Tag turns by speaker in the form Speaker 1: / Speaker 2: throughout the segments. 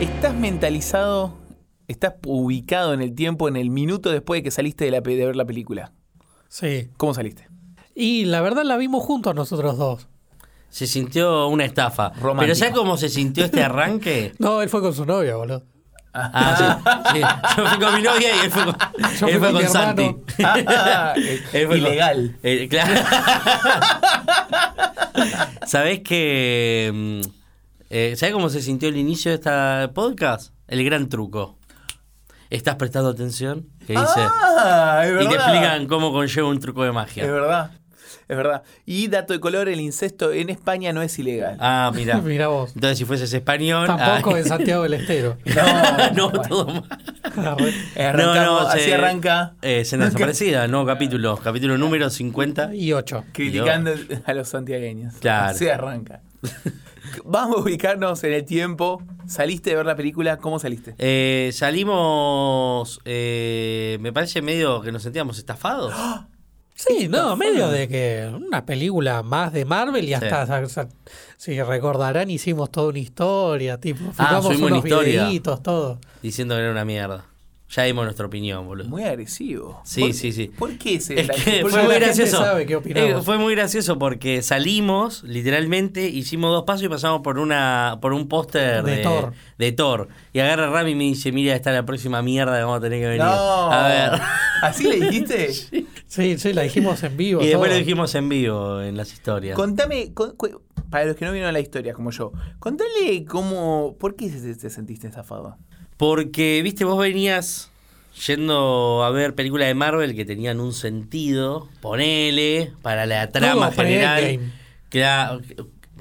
Speaker 1: ¿Estás mentalizado? ¿Estás ubicado en el tiempo, en el minuto después de que saliste de, la pe- de ver la película?
Speaker 2: Sí.
Speaker 1: ¿Cómo saliste?
Speaker 2: Y la verdad la vimos juntos nosotros dos.
Speaker 3: Se sintió una estafa.
Speaker 1: Romántico.
Speaker 3: Pero ¿sabes cómo se sintió este arranque?
Speaker 2: No, él fue con su novia, boludo.
Speaker 3: Ah, sí, sí. Yo fui con mi novia y él fue con,
Speaker 2: fui
Speaker 3: él fue
Speaker 2: con mi hermano.
Speaker 3: con Santi. Él fue con-
Speaker 1: Ah, Ilegal.
Speaker 3: Eh, claro. ¿Sabés que. mm, eh, ¿Sabés cómo se sintió el inicio de esta podcast? El gran truco. ¿Estás prestando atención? Que dice.
Speaker 1: Ah, es
Speaker 3: y te
Speaker 1: verdad.
Speaker 3: explican cómo conlleva un truco de
Speaker 1: Es
Speaker 3: magia.
Speaker 1: verdad. Es verdad. Y dato de color, el incesto en España no es ilegal.
Speaker 3: Ah, mira.
Speaker 2: Mira vos.
Speaker 3: Entonces, si fueses español.
Speaker 2: Tampoco
Speaker 3: ay.
Speaker 2: en Santiago del Estero.
Speaker 3: no,
Speaker 1: bueno.
Speaker 3: todo mal.
Speaker 1: Arrancamos,
Speaker 3: No, no,
Speaker 1: así
Speaker 3: se-
Speaker 1: arranca.
Speaker 3: Eh, Cena desaparecida, nuevo capítulo. Capítulo número 50.
Speaker 2: y ocho.
Speaker 1: Criticando a los santiagueños.
Speaker 3: Claro.
Speaker 1: Así arranca. Vamos a ubicarnos en el tiempo. ¿Saliste de ver la película? ¿Cómo saliste?
Speaker 3: Eh, salimos. eh, me parece medio que nos sentíamos estafados.
Speaker 2: Sí, no, medio de que una película más de Marvel y hasta, o sea, si recordarán, hicimos toda una historia, tipo,
Speaker 3: Ah,
Speaker 2: filmamos
Speaker 3: subimos una
Speaker 2: unos
Speaker 3: historia.
Speaker 2: videitos, todo.
Speaker 3: Diciendo que era una mierda. Ya dimos nuestra opinión, boludo.
Speaker 1: Muy agresivo.
Speaker 3: Sí,
Speaker 1: ¿Por-
Speaker 3: sí, sí.
Speaker 1: ¿Por qué se
Speaker 3: Es que
Speaker 1: ¿por
Speaker 2: Porque
Speaker 3: fue
Speaker 2: la
Speaker 3: muy
Speaker 2: gente
Speaker 3: gracioso.
Speaker 2: sabe qué opinamos.
Speaker 3: Eh, fue muy gracioso porque salimos, literalmente, hicimos dos pasos y pasamos por una por un póster
Speaker 2: De
Speaker 3: de,
Speaker 2: Thor.
Speaker 3: de Thor. Y agarra Rami y me dice, mira, está la próxima mierda que vamos a tener que venir.
Speaker 1: No.
Speaker 3: A ver.
Speaker 1: ¿Así le dijiste?
Speaker 2: Sí, sí, la dijimos en vivo.
Speaker 3: Y después
Speaker 2: todo.
Speaker 3: lo dijimos en vivo en las historias.
Speaker 1: Contame, con- cu- para los que no vieron la historia como yo, contale cómo, ¿por qué se- te sentiste estafado?
Speaker 3: Porque, viste, vos venías yendo a ver películas de Marvel que tenían un sentido, ponele, para la trama
Speaker 2: Todo
Speaker 3: general.
Speaker 2: pre-Endgame.
Speaker 3: Cla-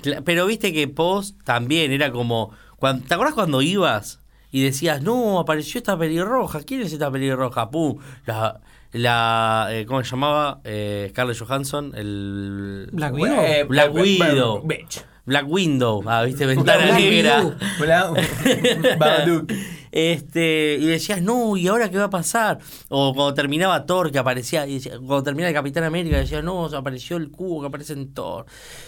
Speaker 3: cla- pero viste que post también era como. cuan- ¿Te acordás cuando ibas y decías, no, apareció esta pelirroja? ¿Quién es esta pelirroja? ¡Pum! La. la eh, ¿Cómo se llamaba? Eh, Scarlett Johansson, el.
Speaker 2: Black
Speaker 1: Bueno,
Speaker 2: Widow.
Speaker 1: eh,
Speaker 3: Black Widow.
Speaker 1: Bitch.
Speaker 3: Black Window. Ah, viste, ventana
Speaker 1: Black
Speaker 3: negra.
Speaker 2: Widow.
Speaker 1: Black- Babadook.
Speaker 3: Este, y decías, no, ¿y ahora qué va a pasar? O cuando terminaba Thor, que aparecía, y decía- cuando terminaba el Capitán América, decías, no, apareció el cubo que aparece en Thor.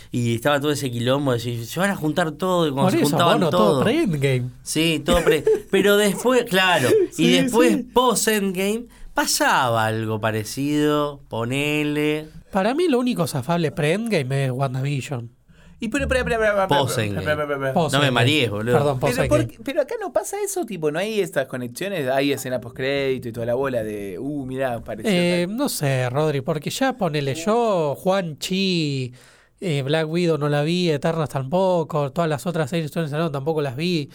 Speaker 3: Y estaba todo ese quilombo, decías, se van a juntar todo, y cuando
Speaker 2: Por
Speaker 3: se
Speaker 2: eso,
Speaker 3: juntaban
Speaker 2: mono,
Speaker 3: todo.
Speaker 2: todo pre-endgame.
Speaker 3: sí, todo pre- Pero después, claro, y
Speaker 2: Sí,
Speaker 3: después,
Speaker 2: sí.
Speaker 3: post-endgame, pasaba algo parecido, ponele.
Speaker 2: Para mí lo único zafable pre-endgame es WandaVision.
Speaker 1: Y pero, pero, pero, pero, pero,
Speaker 3: Posen,
Speaker 1: pero, pero, pero, pero.
Speaker 2: Post-
Speaker 3: no me
Speaker 2: Post-endgame.
Speaker 3: marees, boludo.
Speaker 2: Perdón,
Speaker 1: Pero,
Speaker 2: post-endgame.
Speaker 1: por- pero acá no pasa eso, tipo, no hay estas conexiones, hay escena postcrédito y toda la bola de, uh, mirá, pareció.
Speaker 2: Eh, no sé, Rodri, porque ya ponele yo, Juan Chi, eh, Black Widow no la vi, Eternas tampoco, todas las otras series que estuvieron en el salón tampoco las vi.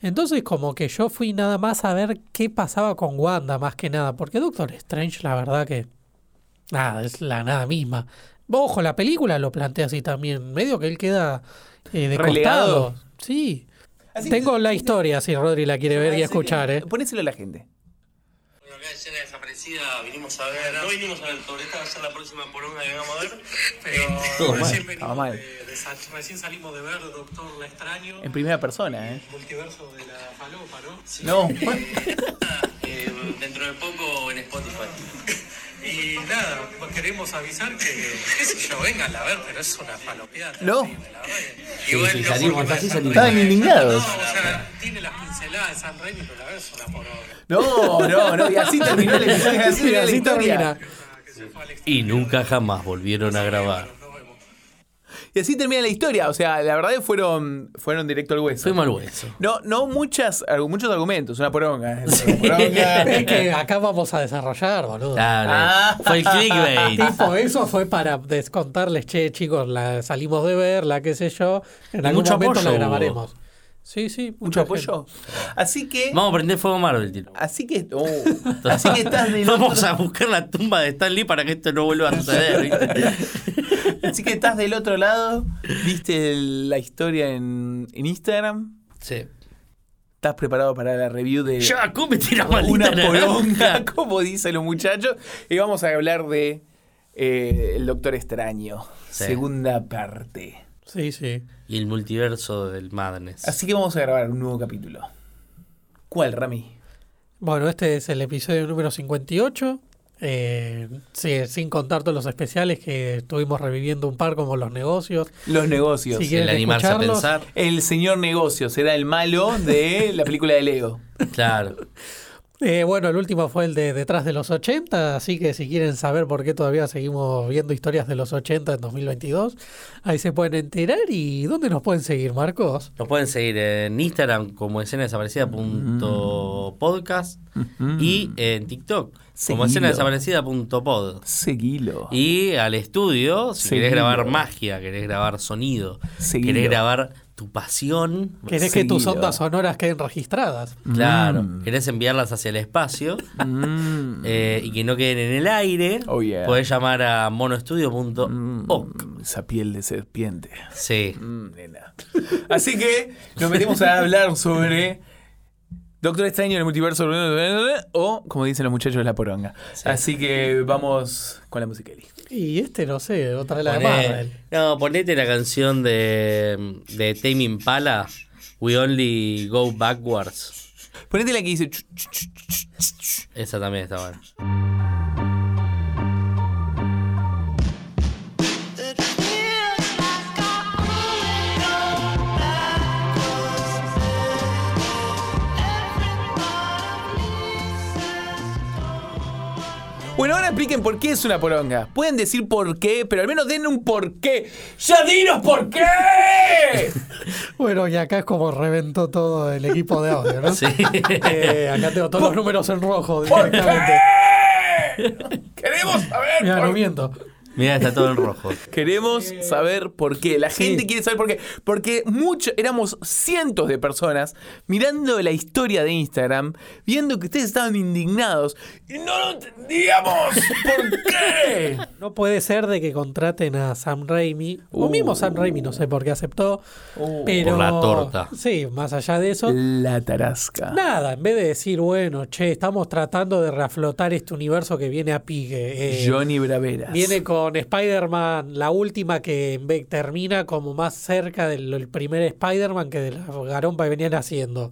Speaker 2: Entonces como que yo fui nada más a ver qué pasaba con Wanda, más que nada, porque Doctor Strange la verdad que nada, es la nada misma. Ojo, la película lo plantea así también, medio que él queda eh, de
Speaker 1: Relegado.
Speaker 2: costado. Sí.
Speaker 1: Así que-
Speaker 2: Tengo la historia, si Rodri la quiere ver
Speaker 1: Así
Speaker 2: y escuchar,
Speaker 1: que-
Speaker 2: ¿eh?
Speaker 1: Ponéselo a la gente.
Speaker 3: Bueno, acá escena desaparecida, vinimos a ver. No vinimos a ver Thor, esta va a ser la próxima poronga que vamos a ver.
Speaker 1: Todo
Speaker 3: Pero
Speaker 1: mal, estaba mal.
Speaker 4: Recién salimos de ver Doctor La Extraño,
Speaker 1: En primera persona, ¿eh?
Speaker 4: multiverso de la falopa, ¿no?
Speaker 1: No.
Speaker 3: eh, dentro de poco en Spotify.
Speaker 4: Y nada, pues queremos avisar que, qué sé yo, vengan a ver, pero es una falopeada.
Speaker 1: No.
Speaker 4: terrible, la verdad que-
Speaker 3: Sí,
Speaker 4: Igual
Speaker 3: sí,
Speaker 4: no
Speaker 3: salimos,
Speaker 4: culpa de
Speaker 3: así
Speaker 4: San
Speaker 3: salimos.
Speaker 4: Raimi.
Speaker 1: Estaban indignados.
Speaker 4: No, o sea, tiene las pinceladas de San Remy, pero la verdad es una poronga.
Speaker 1: No, no, no. Y así terminó el episodio. Así,
Speaker 2: Sí,
Speaker 1: terminó la
Speaker 2: así
Speaker 1: historia.
Speaker 2: termina.
Speaker 3: Y nunca jamás volvieron a grabar.
Speaker 4: Nos vemos.
Speaker 1: Y así termina la historia. O sea, la verdad fueron, fueron directo al hueso.
Speaker 3: Fue mal hueso.
Speaker 1: No, no muchas, argu- muchos argumentos. Una poronga. ¿eh? Una poronga.
Speaker 2: Es que acá vamos a desarrollar, boludo.
Speaker 3: Claro.
Speaker 1: Ah.
Speaker 3: Fue el clickbait.
Speaker 2: Tipo, eso fue para descontarles, che, chicos, la salimos de ver, la qué sé yo. En
Speaker 3: Y
Speaker 2: algún
Speaker 3: mucho
Speaker 2: momento
Speaker 3: apoyo
Speaker 2: la
Speaker 3: hubo.
Speaker 2: grabaremos. Sí, sí,
Speaker 1: Mucho
Speaker 2: mucha
Speaker 1: apoyo.
Speaker 2: gente.
Speaker 1: Así que.
Speaker 3: Vamos a prender fuego a Marvel, tiro.
Speaker 1: Así que. oh, así que estás del
Speaker 3: Vamos
Speaker 1: otro,
Speaker 3: a buscar la tumba de Stan Lee para que esto no vuelva a suceder, ¿viste?
Speaker 1: así que estás del otro lado. Viste el- la historia en, en Instagram.
Speaker 3: Sí.
Speaker 1: ¿Estás preparado para la review de
Speaker 3: Ya, cómete la
Speaker 1: una
Speaker 3: maldita
Speaker 1: poronga,
Speaker 3: naranja.
Speaker 1: como dicen los muchachos? Y vamos a hablar de eh, El Doctor Extraño,
Speaker 3: Sí.
Speaker 1: segunda parte.
Speaker 2: Sí, sí.
Speaker 3: Y el multiverso del Madness.
Speaker 1: Así que vamos a grabar un nuevo capítulo. ¿Cuál, Rami?
Speaker 2: Bueno, este es el episodio número 58. Eh, sí, sin contar todos los especiales que estuvimos reviviendo un par como los negocios.
Speaker 1: Los negocios.
Speaker 2: Si
Speaker 3: El
Speaker 2: quieren
Speaker 3: animarse a
Speaker 2: escucharlos,
Speaker 3: pensar.
Speaker 1: El señor negocios era el malo de la película de Lego.
Speaker 3: Claro.
Speaker 2: Eh, bueno, el último fue el de Detrás de los 80, así que si quieren saber por qué todavía seguimos viendo historias de los 80 en 2022, ahí se pueden enterar. ¿Y dónde nos pueden seguir, Marcos?
Speaker 3: Nos pueden seguir en Instagram como escena desaparecida punto podcast y en TikTok como
Speaker 1: Seguilo.
Speaker 3: escena desaparecida punto pod.
Speaker 1: Seguilo.
Speaker 3: Y al estudio, si
Speaker 1: Seguilo.
Speaker 3: querés grabar magia, querés grabar sonido,
Speaker 1: Seguilo.
Speaker 3: querés grabar tu pasión,
Speaker 2: ¿Querés que
Speaker 1: Seguido.
Speaker 2: tus ondas sonoras queden registradas?
Speaker 3: claro,
Speaker 1: Mm.
Speaker 3: querés enviarlas hacia el espacio
Speaker 1: Mm.
Speaker 3: eh, y que no queden en el aire,
Speaker 1: Oh, yeah.
Speaker 3: podés llamar a monoestudio.org.
Speaker 1: Mm, Esa piel de serpiente.
Speaker 3: Sí.
Speaker 1: Mm, nena. Así que nos metemos a hablar sobre Doctor Extraño en el multiverso o, como dicen los muchachos, la poronga. Así que vamos con la música. Eli.
Speaker 2: Y este, no sé, otra de la de
Speaker 3: Poné-
Speaker 2: Marvel.
Speaker 3: no, ponete la canción de, de Tame Impala, We Only Go Backwards.
Speaker 1: Ponete la que dice. chu, chu, chu, chu, chu, chu.
Speaker 3: Esa también está buena.
Speaker 5: It feels like I only know backwards.
Speaker 1: Bueno, ahora expliquen por qué es una poronga. Pueden decir por qué, pero al menos den un por qué. ¡Ya dinos por qué!
Speaker 2: Bueno, y acá es como reventó todo el equipo de audio, ¿no?
Speaker 3: Sí.
Speaker 2: Eh, acá tengo todos los números en rojo
Speaker 1: ¿Por
Speaker 2: directamente.
Speaker 1: qué? Queremos saber
Speaker 2: Mira, no
Speaker 1: por qué.
Speaker 2: miento.
Speaker 3: Mira, está todo en rojo.
Speaker 1: Queremos saber por qué. La gente quiere saber por qué. Porque mucho, éramos cientos de personas mirando la historia de Instagram, viendo que ustedes estaban indignados y no lo entendíamos. ¿Por qué?
Speaker 2: No puede ser de que contraten a Sam Raimi. o mismo Sam Raimi, no sé por qué aceptó. pero,
Speaker 3: Por la torta.
Speaker 2: Sí, más allá de eso.
Speaker 1: La tarasca.
Speaker 2: Nada, en vez de decir, bueno, che, estamos tratando de reaflotar este universo que viene a pique. eh,
Speaker 1: Johnny Braveras.
Speaker 2: Viene con Spider-Man, la última que en vez- termina como más cerca del el primer Spider-Man que de la garompa que venían haciendo.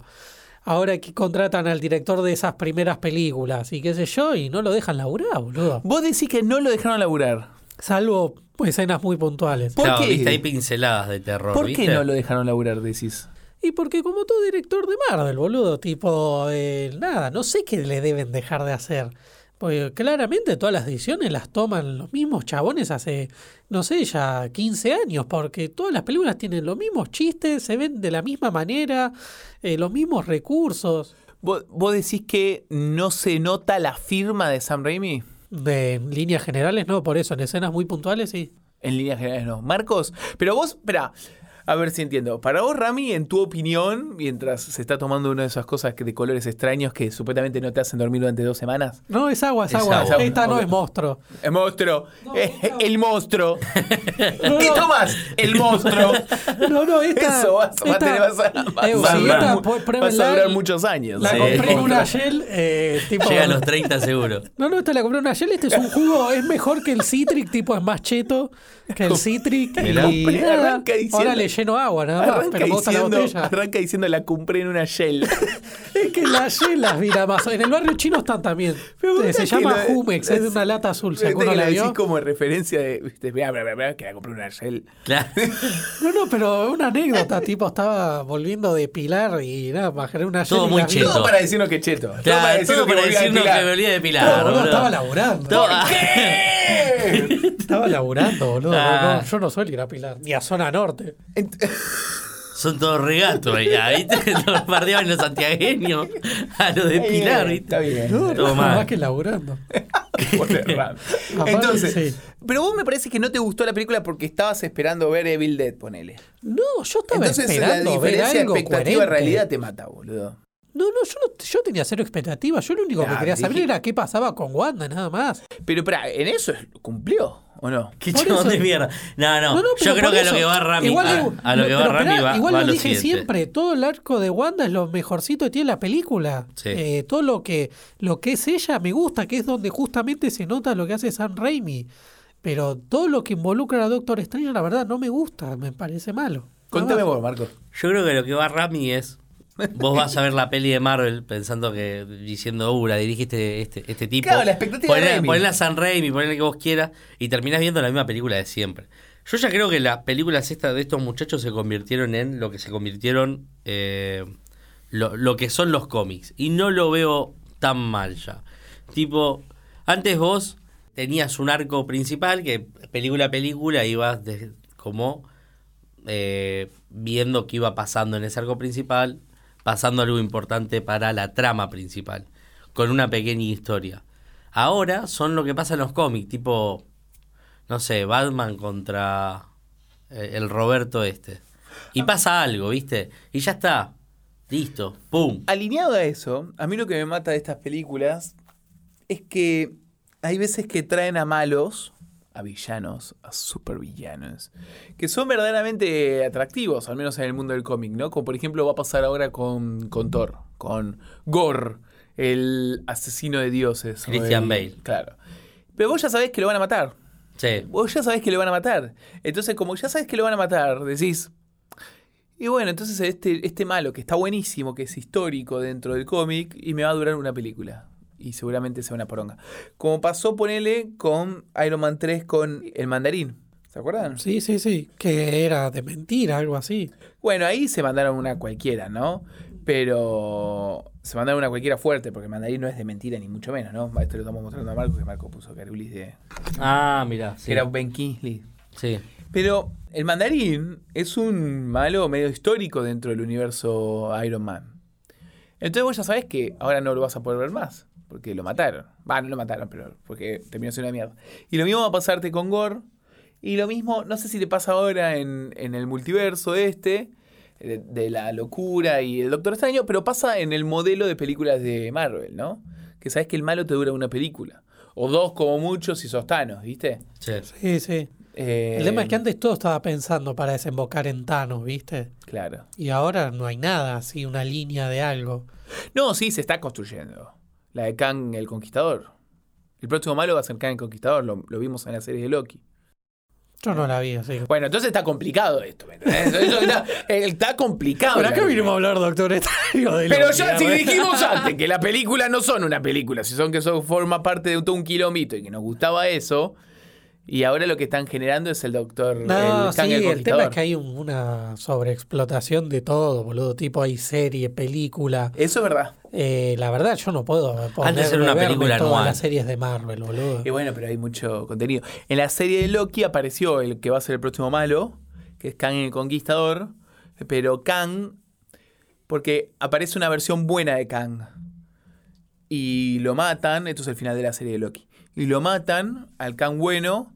Speaker 2: Ahora que contratan al director de esas primeras películas y qué sé yo, y no lo dejan laburar, boludo.
Speaker 1: Vos decís que no lo dejaron laburar.
Speaker 2: Salvo escenas muy puntuales.
Speaker 1: ¿Por
Speaker 3: Claro,
Speaker 1: qué?
Speaker 3: viste, hay pinceladas de terror.
Speaker 1: ¿Por
Speaker 3: ¿viste?
Speaker 1: qué no lo dejaron laburar, decís?
Speaker 2: Y porque como todo director de Marvel, boludo, tipo, eh, nada, no sé qué le deben dejar de hacer. Porque claramente todas las decisiones las toman los mismos chabones hace, no sé, ya 15 años, porque todas las películas tienen los mismos chistes, se ven de la misma manera, eh, los mismos recursos.
Speaker 1: ¿Vos, vos decís que no se nota la firma de Sam Raimi?
Speaker 2: De en líneas generales, no, por eso, en escenas muy puntuales, sí.
Speaker 1: En líneas generales no. Marcos, pero vos, espera, a ver si entiendo. Para vos, Rami, en tu opinión, mientras se está tomando una de esas cosas que- de colores extraños que supuestamente no te hacen dormir durante dos semanas.
Speaker 2: No, es agua, es,
Speaker 3: Es
Speaker 2: agua.
Speaker 3: agua.
Speaker 2: Esta no
Speaker 1: Ok.
Speaker 2: es monstruo.
Speaker 1: El monstruo. Eh, el monstruo.
Speaker 2: No,
Speaker 1: ¿Qué
Speaker 2: no.
Speaker 1: tomas? El monstruo.
Speaker 2: No, no, esta.
Speaker 1: Eso vas, vas a
Speaker 2: esta-
Speaker 1: tener- vas a,
Speaker 2: Eh,
Speaker 1: vas a
Speaker 2: sí,
Speaker 1: durar
Speaker 2: esta,
Speaker 1: mu-
Speaker 2: pues,
Speaker 1: vas a
Speaker 2: pruébenla
Speaker 1: durar
Speaker 2: y-
Speaker 1: muchos años.
Speaker 2: La
Speaker 3: Sí.
Speaker 2: compré en
Speaker 1: monstruo.
Speaker 2: una Shell, eh, tipo.
Speaker 3: Llega a los 30 seguro.
Speaker 2: No, no, esta la compré en una Shell. Este es un jugo, es mejor que el Citric, tipo, es más cheto que el Citric. Y
Speaker 3: Mirá.
Speaker 2: nada,
Speaker 1: Arranca diciendo-
Speaker 2: ahora le lleno agua, nada más,
Speaker 1: Arranca
Speaker 2: pero me gusta la
Speaker 1: diciendo,
Speaker 2: botella.
Speaker 1: arranca diciendo la compré en una shell.
Speaker 2: Es que la Shell las mira más. En el barrio chino están también.
Speaker 1: Me gusta
Speaker 2: Eh, se
Speaker 1: que
Speaker 2: llama
Speaker 1: lo-
Speaker 2: Jumex, es de una lata azul, si
Speaker 1: Viste
Speaker 2: alguno
Speaker 1: que
Speaker 2: la
Speaker 1: lo decís
Speaker 2: vio.
Speaker 1: como referencia de, viste, mirá, mirá, mirá, mirá, que la compré en una shell.
Speaker 3: Claro.
Speaker 2: No, no, pero una anécdota, tipo, estaba volviendo de Pilar y nada, bajé una Shell.
Speaker 3: Todo
Speaker 2: y
Speaker 3: muy
Speaker 2: la vi.
Speaker 3: cheto.
Speaker 1: Todo para decirnos que cheto. Todo para
Speaker 3: Claro,
Speaker 1: decirnos
Speaker 3: todo
Speaker 1: que
Speaker 3: para
Speaker 1: volví a
Speaker 3: decirnos que
Speaker 1: alquilar.
Speaker 3: me olvidé de
Speaker 2: No,
Speaker 3: Pilar.
Speaker 2: boludo,
Speaker 3: boludo.
Speaker 2: estaba laburando.
Speaker 3: Todo-
Speaker 2: Estaba laburando, boludo.
Speaker 3: Ah.
Speaker 2: No, yo no suelo ir a Pilar, ni a zona norte.
Speaker 3: Son todos regatos allá, ¿viste? Los bardeaban los santiagueños a los de
Speaker 1: Está bien,
Speaker 3: Pilar, ¿viste?
Speaker 1: Está bien.
Speaker 2: No,
Speaker 3: Todo
Speaker 2: no,
Speaker 3: mal.
Speaker 2: más que laburando.
Speaker 1: Poner rap.
Speaker 2: Aparte,
Speaker 1: Entonces,
Speaker 2: sí.
Speaker 1: pero vos me parece que no te gustó la película porque estabas esperando ver Evil Dead, ponele.
Speaker 2: No, yo estaba
Speaker 1: Entonces la
Speaker 2: esperando ver
Speaker 1: diferencia
Speaker 2: algo coherente.
Speaker 1: expectativa-realidad te mata, boludo.
Speaker 2: No, no yo, no, yo tenía cero expectativa. Yo lo único que
Speaker 1: Ah,
Speaker 2: quería saber
Speaker 1: dije-
Speaker 2: era qué pasaba con Wanda, nada más.
Speaker 1: Pero espera, ¿en eso cumplió o no?
Speaker 3: Qué
Speaker 2: Por
Speaker 3: chabón
Speaker 2: eso-
Speaker 3: de mierda. No,
Speaker 2: No,
Speaker 3: no,
Speaker 2: no,
Speaker 3: yo
Speaker 2: pero
Speaker 3: creo
Speaker 2: por
Speaker 3: que a lo
Speaker 2: eso,
Speaker 3: que va Rami,
Speaker 2: igual
Speaker 3: a,
Speaker 2: digo-
Speaker 3: a lo que
Speaker 2: pero
Speaker 3: va
Speaker 2: esperá,
Speaker 3: Rami va,
Speaker 2: Igual
Speaker 3: va
Speaker 2: lo
Speaker 3: lo
Speaker 2: dije
Speaker 3: siguiente.
Speaker 2: siempre, todo el arco de Wanda es lo mejorcito que tiene la película.
Speaker 3: Sí.
Speaker 2: Eh, todo lo que, lo que es ella me gusta, que es donde justamente se nota lo que hace Sam Raimi. Pero todo lo que involucra a Doctor Strange, la verdad, no me gusta, me parece malo. Nada
Speaker 1: Contame
Speaker 2: más.
Speaker 1: vos, Marco.
Speaker 3: Yo creo que lo que va Rami es Vos vas a ver la peli de Marvel pensando que, diciendo, uh, la dirigiste este, este tipo.
Speaker 1: Claro, la expectativa
Speaker 3: Ponela-
Speaker 1: de Raimi.
Speaker 3: ponela San Raimi, ponela que vos quieras, y terminás viendo la misma película de siempre. Yo ya creo que las películas estas de estos muchachos se convirtieron en lo que se convirtieron, eh, lo, lo que son los cómics. Y no lo veo tan mal ya. Tipo, antes vos tenías un arco principal que película a película ibas de- como eh, viendo qué iba pasando en ese arco principal, pasando algo importante para la trama principal, con una pequeña historia. Ahora son lo que pasa en los cómics, tipo, no sé, Batman contra eh, el Roberto este. Y pasa algo, ¿viste? Y ya está. Listo. ¡Pum!
Speaker 1: Alineado a eso, a mí lo que me mata de estas películas es que hay veces que traen a malos, a villanos, a supervillanos, que son verdaderamente atractivos, al menos en el mundo del cómic, ¿no? Como por ejemplo va a pasar ahora con, con Thor, con Gor, el asesino de dioses. o
Speaker 3: Christian
Speaker 1: el-
Speaker 3: Bale.
Speaker 1: Claro. Pero vos ya sabés que lo van a matar.
Speaker 3: Sí.
Speaker 1: Vos ya sabés que lo van a matar. Entonces, como ya sabés que lo van a matar, decís. Y bueno, entonces este, este malo que está buenísimo, que es histórico dentro del cómic, y me va a durar una película. Y seguramente sea una poronga. Como pasó, ponele, con Iron Man 3 con el mandarín. ¿Se acuerdan?
Speaker 2: Sí, sí, sí. Que era de mentira, algo así.
Speaker 1: Bueno, ahí se mandaron una cualquiera, ¿no? Pero se mandaron una cualquiera fuerte, porque el mandarín no es de mentira, ni mucho menos, ¿no? Esto lo estamos mostrando a Marco, que Marco puso Carulis de.
Speaker 3: Ah, mirá. Sí.
Speaker 1: que era Ben Kingsley.
Speaker 3: Sí.
Speaker 1: Pero el mandarín es un malo medio histórico dentro del universo Iron Man. Entonces vos ya sabés que ahora no lo vas a poder ver más, porque lo mataron. Va, no lo mataron, pero porque terminó siendo una mierda. Y lo mismo va a pasarte con Gore. Y lo mismo, no sé si le pasa ahora en, en el multiverso este, de, de la locura y el Doctor Extraño, pero pasa en el modelo de películas de Marvel, ¿no? Que sabés que el malo te dura una película. O dos como mucho si sos Thanos, ¿viste? Eh,
Speaker 3: Sí.
Speaker 2: Sí, sí. El tema es
Speaker 1: Em.
Speaker 2: que antes todo estaba pensando para desembocar en Thanos, ¿viste?
Speaker 1: Claro.
Speaker 2: Y ahora no hay nada, así, una línea de algo.
Speaker 1: No, sí, se está construyendo. La de Kang el Conquistador. El próximo malo va a ser Kang el Conquistador, lo, lo vimos en la serie de Loki.
Speaker 2: Yo no la vi, así.
Speaker 1: Bueno, entonces está complicado esto, ¿me entendés? Eso- eso está, eh, está complicado.
Speaker 2: Ahora
Speaker 1: la
Speaker 2: Ah, acá vinimos a
Speaker 1: película.
Speaker 2: hablar, doctor Estario, de
Speaker 1: Pero
Speaker 2: lo
Speaker 1: ya si
Speaker 2: que-
Speaker 1: dijimos antes que las películas no son una película, si son que son forma parte de todo un kilómetro y que nos gustaba eso, y ahora lo que están generando es el doctor
Speaker 2: No,
Speaker 1: el
Speaker 2: sí,
Speaker 1: Kang el
Speaker 2: el, tema
Speaker 1: Conquistador.
Speaker 2: es que hay un- una sobreexplotación de todo, boludo. Tipo, hay serie, película.
Speaker 1: Eso es verdad.
Speaker 2: Eh, la verdad, yo no puedo ponerme
Speaker 3: era una
Speaker 2: a verme
Speaker 3: película
Speaker 2: todas
Speaker 3: anual.
Speaker 2: las series de Marvel, boludo.
Speaker 1: Y bueno, pero hay mucho contenido. En la serie de Loki apareció el que va a ser el próximo malo, que es Kang el Conquistador, pero Kang, porque aparece una versión buena de Kang. Y lo matan, esto es el final de la serie de Loki. Y lo matan al Kang bueno.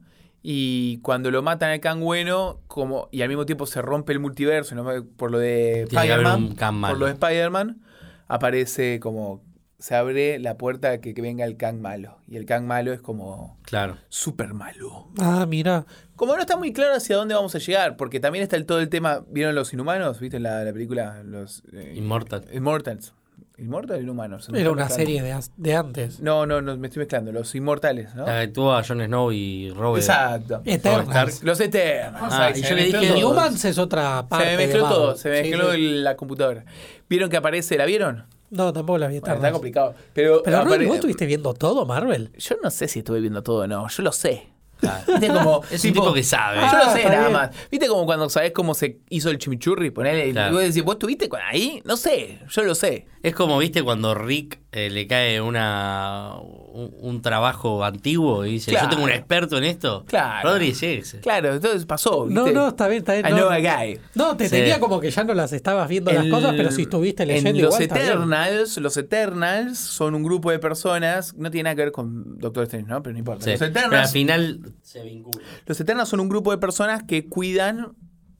Speaker 1: Y cuando lo matan al Kang bueno, como, y al mismo tiempo se rompe el multiverso, ¿no? por lo de
Speaker 3: Tiene que haber
Speaker 1: Spider-Man,
Speaker 3: un Kang
Speaker 1: por
Speaker 3: malo.
Speaker 1: lo de Spider-Man, aparece como se abre la puerta a que, que venga el Kang malo. Y el Kang malo es como
Speaker 3: Claro.
Speaker 1: super malo.
Speaker 2: Ah, mira.
Speaker 1: Como no está muy claro hacia dónde vamos a llegar, porque también está el, todo el tema, ¿vieron los inhumanos? ¿Viste la, la película? Los eh,
Speaker 3: Immortal.
Speaker 1: Immortals. ¿Inmortal o inhumanos? Se me
Speaker 2: Era
Speaker 1: está
Speaker 2: una
Speaker 1: mezclando.
Speaker 2: serie de, as- de antes.
Speaker 1: No, no, no, me estoy mezclando. Los inmortales, ¿no?
Speaker 3: La que actúa Eh, Jon Snow y Robert.
Speaker 1: Exacto.
Speaker 2: Este. Eternas.
Speaker 1: Los eternos.
Speaker 3: Ah,
Speaker 1: Ahí
Speaker 3: y
Speaker 1: se
Speaker 3: yo le
Speaker 1: me
Speaker 3: dije,
Speaker 1: mezcló todo.
Speaker 2: Humans es otra parte.
Speaker 1: Se me
Speaker 2: de
Speaker 1: mezcló
Speaker 2: Marvel.
Speaker 1: todo, se me
Speaker 2: Ah, Sí,
Speaker 1: mezcló
Speaker 2: sí.
Speaker 1: el- la computadora. ¿Vieron que aparece? ¿La vieron?
Speaker 2: No, tampoco la vi
Speaker 1: Bueno,
Speaker 2: Eternas.
Speaker 1: está complicado. Pero,
Speaker 2: Pero, Rodri,
Speaker 1: apare-
Speaker 2: ¿vos estuviste viendo todo Marvel?
Speaker 1: Yo no sé si estuve viendo todo o no, yo lo sé.
Speaker 3: Claro.
Speaker 1: Viste como,
Speaker 3: Es un tipo que sabe.
Speaker 1: Yo lo
Speaker 2: Ah,
Speaker 1: sé
Speaker 2: está
Speaker 1: nada
Speaker 2: bien.
Speaker 1: más. Viste como cuando sabés cómo se hizo el chimichurri, ponele,
Speaker 3: Claro.
Speaker 1: y vos decís, ¿vos estuviste con ahí? No sé, yo lo sé.
Speaker 3: Es como, viste, cuando Rick eh, le cae una un, un trabajo antiguo y dice,
Speaker 1: Claro.
Speaker 3: yo tengo un experto en esto.
Speaker 1: Claro.
Speaker 3: Rodri es ese.
Speaker 1: Claro, entonces pasó, ¿viste?
Speaker 2: No, no, está bien, está bien.
Speaker 1: I
Speaker 2: no.
Speaker 1: know a guy.
Speaker 2: No, te
Speaker 3: Sí.
Speaker 2: tenía como que ya no las estabas viendo las
Speaker 1: El-
Speaker 2: cosas, pero si estuviste leyendo
Speaker 1: en
Speaker 2: igual,
Speaker 1: los
Speaker 2: está bien.
Speaker 1: Eternals, los Eternals son un grupo de personas, no tiene nada que ver con Doctor Strange, ¿no? Pero no importa.
Speaker 3: Sí.
Speaker 1: Los
Speaker 3: Pero al
Speaker 1: Eternals
Speaker 3: final se vincula.
Speaker 1: Los Eternos son un grupo de personas que cuidan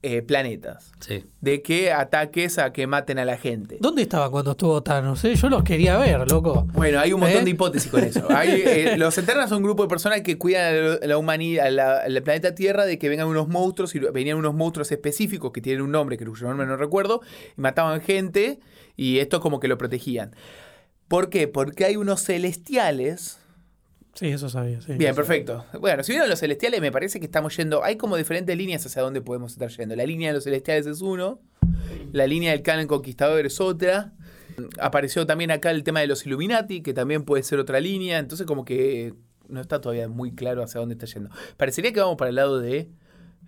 Speaker 1: eh, planetas.
Speaker 3: Sí.
Speaker 1: De que ataques a que maten a la gente.
Speaker 2: ¿Dónde estaba cuando estuvo Thanos? eh? Yo los quería ver, loco.
Speaker 1: Bueno, hay un montón
Speaker 2: ¿Eh?
Speaker 1: de hipótesis con eso. Hay, eh, los Eternos son un grupo de personas que cuidan a la- a la humanidad, a la- al planeta Tierra, de que vengan unos monstruos, y lo- venían unos monstruos específicos que tienen un nombre, que cuyo nombre no recuerdo, y mataban gente, y esto como que lo protegían. ¿Por qué? Porque hay unos celestiales
Speaker 2: Sí, eso sabía. sí.
Speaker 1: Bien, perfecto. Bueno, si vieron los celestiales, me parece que estamos yendo. Hay como diferentes líneas hacia dónde podemos estar yendo. La línea de los celestiales es uno, la línea del canon conquistador es otra. Apareció también acá el tema de los Illuminati, que también puede ser otra línea. Entonces, como que no está todavía muy claro hacia dónde está yendo. Parecería que vamos para el lado de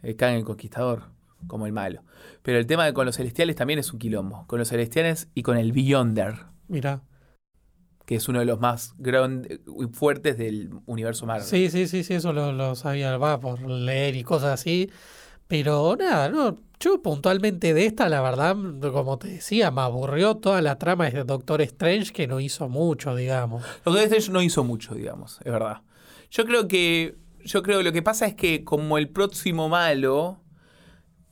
Speaker 1: eh, Khan el Conquistador, como el malo. Pero el tema de con los celestiales también es un quilombo. Con los celestiales y con el Beyonder
Speaker 2: Mirá.
Speaker 1: que es uno de los más grandes y fuertes del universo Marvel.
Speaker 2: Sí, sí, sí, sí, eso lo, lo sabía, va por leer y cosas así. Pero nada, no, yo puntualmente de esta, la verdad, como te decía, me aburrió toda la trama de Doctor Strange que no hizo mucho, digamos.
Speaker 1: Doctor Strange no hizo mucho, digamos, es verdad. Yo creo que. Yo creo que lo que pasa es que, como el próximo malo,